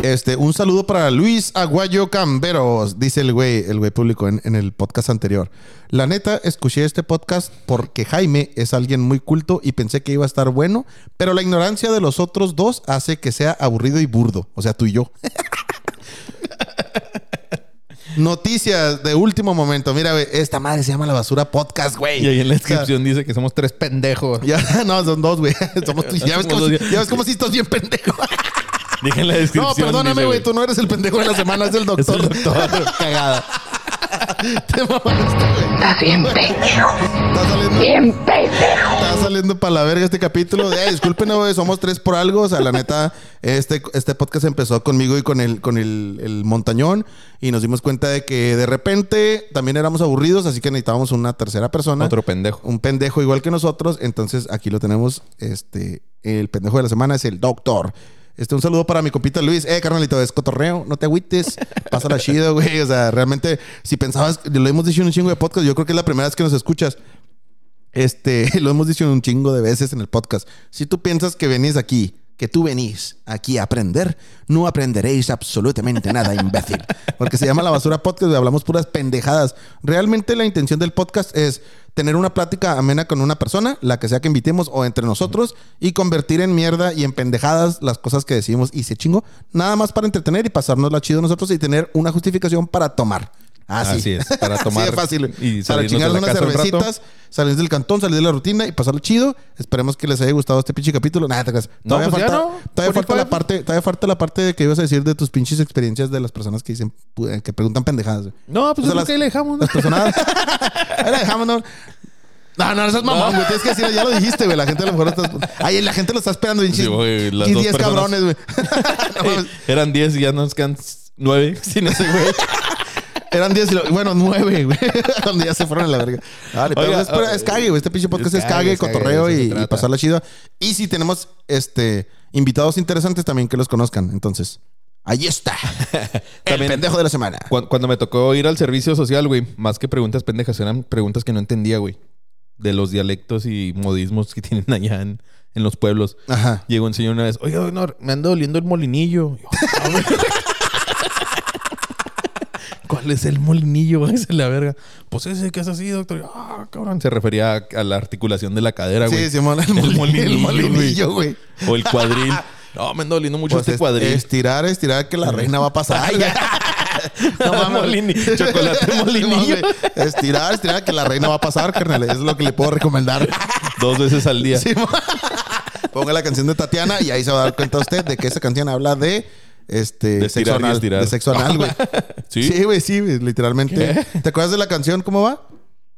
Este, un saludo para Luis Aguayo Camberos, dice el güey, el güey público en, en el podcast anterior. La neta, escuché este podcast porque Jaime es alguien muy culto y pensé que iba a estar bueno, pero la ignorancia de los otros dos hace que sea aburrido y burdo, o sea, tú y yo. Noticias de último momento. Mira, güey, esta madre se llama La Basura Podcast, güey.
Y ahí en la
O sea,
descripción dice que somos tres pendejos.
Ya, no, son dos, güey. Somos tú y- Ya ves
Somos
cómo,
dos,
si-
ya.
ya ves cómo si estás bien pendejo.
Dije en la descripción.
No, perdóname,
dice,
güey. Tú no eres el pendejo de la semana, es el
Es
doctor.
el doctor. Cagada.
Te mamaste, güey.
Estás bien pendejo.
Está saliendo,
Bien pendejo.
está saliendo para la verga este capítulo. Eh, disculpen, güey. Somos tres por algo. O sea, la neta, este, este podcast empezó conmigo y con el, con el, el montañón. Y nos dimos cuenta de que de repente también éramos aburridos, así que necesitábamos una tercera persona.
Otro pendejo.
Un pendejo igual que nosotros. Entonces aquí lo tenemos. Este, el pendejo de la semana es el doctor. Este, un saludo para mi compita Luis. Eh, carnalito, es cotorreo. No te agüites. Pásala chido, güey. O sea, realmente, si pensabas, lo hemos dicho en un chingo de podcast, yo creo que es la primera vez que nos escuchas. Este, lo hemos dicho un chingo de veces en el podcast. Si tú piensas que venís aquí, que tú venís aquí a aprender, no aprenderéis absolutamente nada, imbécil. Porque se llama La Basura Podcast y hablamos puras pendejadas. Realmente la intención del podcast es tener una plática amena con una persona, la que sea que invitemos o entre nosotros, y convertir en mierda y en pendejadas las cosas que decimos y se chingo. Nada más para entretener y pasárnosla chido nosotros y tener una justificación para tomar. Así,
Así es, para
Así de
tomar
fácil.
y
para
salirnos
chingar
de la
unas
casa un rato.
cervecitas salir del cantón, salir de la rutina y pasarlo chido. Esperemos que les haya gustado este pinche capítulo. Nada, te creas.
No,
Todavía,
pues ya
falta,
no.
todavía falta la
Spotify.
parte, todavía falta la parte de que ibas a decir de tus pinches experiencias de las personas que dicen pu- eh, que preguntan pendejadas. güey.
No, pues
O sea,
es lo
las-
que ahí le dejamos. ¿no?
Las personas. Ahí la dejamos, no. No, no, no seas mamón, güey. Tienes que decir, ya lo dijiste, güey. La gente a lo mejor lo está. Ay, la gente lo está esperando, pinches.
Sí, güey, las
y
dos
10
personas.
cabrones, güey. No mames.
Eran 10 y ya nos quedan 9 sin ese güey.
Eran 10 y lo- bueno, 9, güey. Donde ya se fueron a la verga. Dale, pero
Oiga,
es, pura-
oiga,
es cague, güey. Este pinche podcast
es
es cague,
cague, es cague,
cotorreo
de eso se
y, y
trata.
pasarla chido. Y si tenemos este invitados interesantes también que los conozcan. Entonces, ahí está. El
También-
pendejo de la semana.
Cu- Cuando, me tocó ir al servicio social, güey, más que preguntas pendejas, eran preguntas que no entendía, güey. De los dialectos y modismos que tienen allá en, en los pueblos.
Ajá.
Llegó un señor una vez, oye, no, me anda doliendo el molinillo. Y yo, "Ah, güey". ¿Cuál es el molinillo? güey? Dice la verga. Pues ese que es así, doctor. Yo, Ah, cabrón. Se refería a, a la articulación de la cadera, Ah, güey.
Sí, Simón, el,
El
moli- el
molinillo, güey.
molinillo, güey.
O el cuadril. No, me anda doliendo mucho
Pues
este
es-
cuadril.
Estirar, estirar que la reina va a pasar. Ay, ya. No mames.
Molini- chocolate molinillo.
No, güey. Estirar, estirar que la reina va a pasar, carnal. Es lo que le puedo recomendar.
Dos veces al día.
Sí, mo- Ponga la canción de Tatiana y ahí se va a dar cuenta usted de que esa canción habla de este
De
sexo
estirar y
anal,
estirar.
de sexo anal, güey.
¿Sí?
Sí, güey, sí, güey, literalmente. ¿Te acuerdas de la canción cómo va?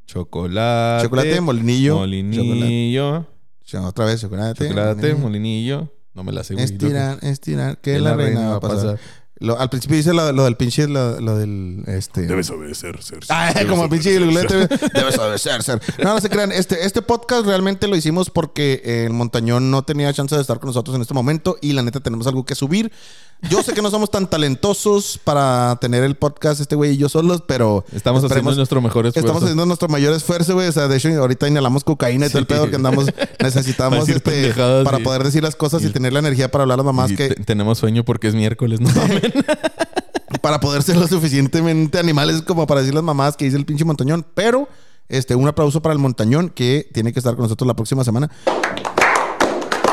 Chocolate.
Chocolate, molinillo,
Molinillo. Chocolate.
Yo, Otra vez, chocolate.
Chocolate,
mm,
molinillo. No me la sé, güey.
Estirar, estirar, que la, reina, va a pasar. Lo- al principio dice lo, lo del pinche, lo, lo del... Este,
Debes obedecer, ser.
Ah,
Debes
como el pinche
obedecer, ser.
Google TV. Debes obedecer, ser. No, no se crean. Este, este podcast realmente lo hicimos porque eh, el Montañón no tenía chance de estar con nosotros en este momento y la neta tenemos algo que subir. Yo sé que no somos tan talentosos para tener el podcast este güey y yo solos, pero...
Estamos haciendo
esperemos-
nuestro mejor esfuerzo.
Estamos haciendo nuestro mayor esfuerzo, güey. O sea, de hecho, ahorita inhalamos cocaína y todo el
Sí.
pedo que andamos.
Para
Necesitamos
decir
este,
pendejadas
para
y-
poder decir las cosas y, tener la energía para hablar a las mamás
Y
que.
te- tenemos sueño porque es miércoles, no mames.
para poder ser lo suficientemente animales como para decir las mamadas que dice el pinche montañón. Pero, este, un aplauso para el montañón que tiene que estar con nosotros la próxima semana.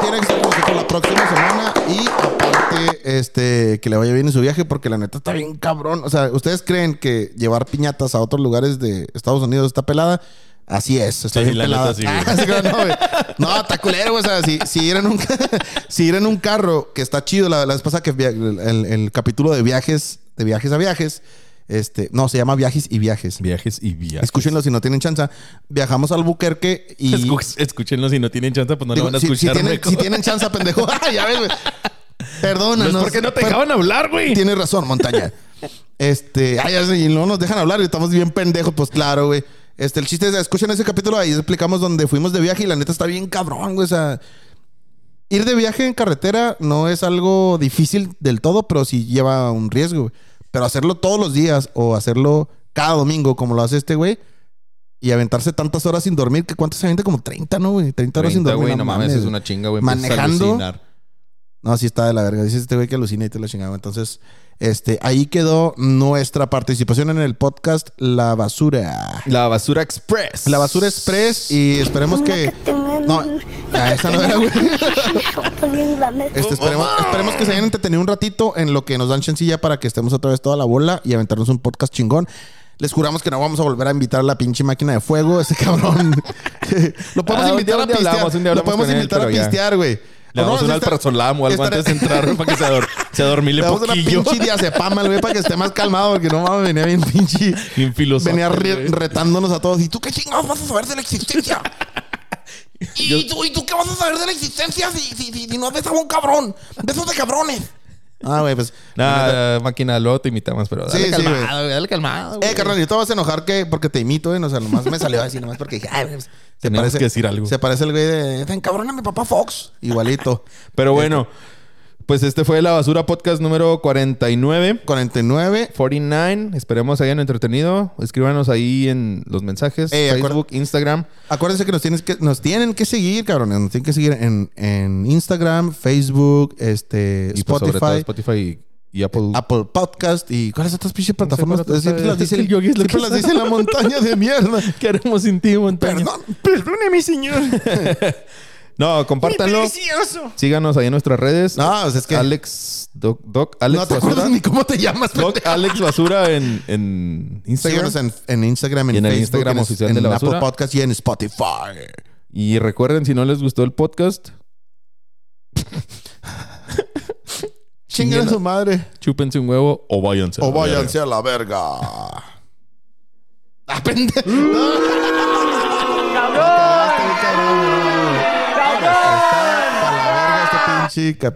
Tiene que estar con nosotros la próxima semana y aparte, este, que le vaya bien en su viaje porque la neta está bien cabrón. O sea, ¿ustedes creen que llevar piñatas a otros lugares de Estados Unidos está pelada? Así es, está
Sí,
bien
la
pelada.
neta sí, güey.
Ah, Así que no, güey. No, está culero, güey. O sea, si, si, ir en un, si ir en un carro que está chido, la, la vez pasada que via- el, el- el capítulo de viajes, de viajes a viajes, este, no, se llama viajes y viajes.
Viajes y viajes.
Escúchenlo si no tienen chance. Viajamos al Buquerque y.
Escu- Escúchenlo si no tienen chance, pues no
digo,
lo van a
si, si
escuchar.
tienen,
mejor.
si tienen chance, pendejo. Ah, ya ves, güey. Perdónanos.
No es porque no te
Per-
dejaban hablar, güey.
Tienes razón, montaña. Este, ay, ya sé, y no nos dejan hablar y estamos bien pendejos, pues claro, güey. Este, el chiste es, escuchen ese capítulo, ahí explicamos donde fuimos de viaje y la neta está bien cabrón, güey. O sea, ir de viaje en carretera no es algo difícil del todo, pero sí lleva un riesgo, güey. Pero hacerlo todos los días o hacerlo cada domingo, como lo hace este güey, y aventarse tantas horas sin dormir, que cuánto se avienta como 30, ¿no, güey? 30 horas sin
30,
dormir.
güey, no mames, es
güey.
una chinga, güey.
pues,
empiezas a
Manejando.
alucinar.
No, sí está de la verga. Dice este güey que alucina y te la chingaba. Entonces, este, ahí quedó nuestra participación en el podcast La Basura.
La basura express.
La Basura Express y esperemos que... No, ah, esa no era, güey. Este, esperemos, esperemos que se hayan entretenido un ratito en lo que nos dan chancilla para que estemos otra vez toda la bola y aventarnos un podcast chingón. Les juramos que no vamos a volver a invitar a la pinche máquina de fuego, ese cabrón. lo podemos
Ah, un día-
invitar a
un día
pistear.
hablamos, un día
lo
hablamos
podemos
con él,
invitar a
pero ya.
pistear, güey.
Le
O no,
damos un
así está-
alpersolam o algo
estaré-
antes de entrar güey, para que se, ador se adormile
Le damos una
poquillo.
pinche diazepam al güey para que esté más calmado, porque no mames, venía bien pinche.
Bien filósofo,
Venía re-
güey.
retándonos a todos. ¿Y tú
¿Tú qué chingados vas a saber de la existencia? ¿Y, tú, ¿Y tú qué vas a saber de la existencia si, si, si, si no ves a un cabrón? De esos de cabrones.
Ah, güey, pues.
Nah, máquina, luego te imitamos, pero dale
Sí, sí,
calmado,
güey.
güey, Ah, dale calmado.
Eh, carnal, yo te vas a enojar que porque te imito, güey. O sea, nomás me salió así, nomás porque dije, ay, güey, pues, se
Teníamos que decir algo.
Se parece el güey de. "Ven, cabrón a mi papá Fox. Igualito.
Pero bueno, pues este fue La Basura Podcast número 49.
49.
49, esperemos hayan entretenido. Escríbanos ahí en los mensajes,
Eh, acuer-
Facebook, Instagram.
Acuérdense que nos, tienes que nos tienen que seguir, cabrón. Nos tienen que seguir en, en Instagram, Facebook, este,
Y pues, sobre todo
Spotify.
Spotify y, y Apple.
Apple Podcast y cuáles otras pinches plataformas.
cuál otra
siempre
sabe.
las dice,
Es que el yogi es lo
siempre
que
las
sabe.
dice la montaña de mierda.
¿Qué haremos sin ti, montaña?
Perdón, perdóneme, señor.
No, compártanlo. Síganos ahí en nuestras redes.
No, pues es que
Alex Doc, Doc Alex
no te
Basura.
acuerdas ni cómo te llamas.
Doc
pendejo.
Alex Basura en, en Instagram.
Síguenos en, en Instagram, en,
Y en el
Facebook,
Instagram
en,
oficial
en
de La Basura.
Apple Podcast y en Spotify.
Y recuerden, si no les gustó el podcast,
Chinguen a su madre.
chúpense un huevo o váyanse.
O váyanse a la verga. Ah, pendejo. No. Cabrón. Cabrón. Cabrón. Está pa' la verga este pinche capítulo.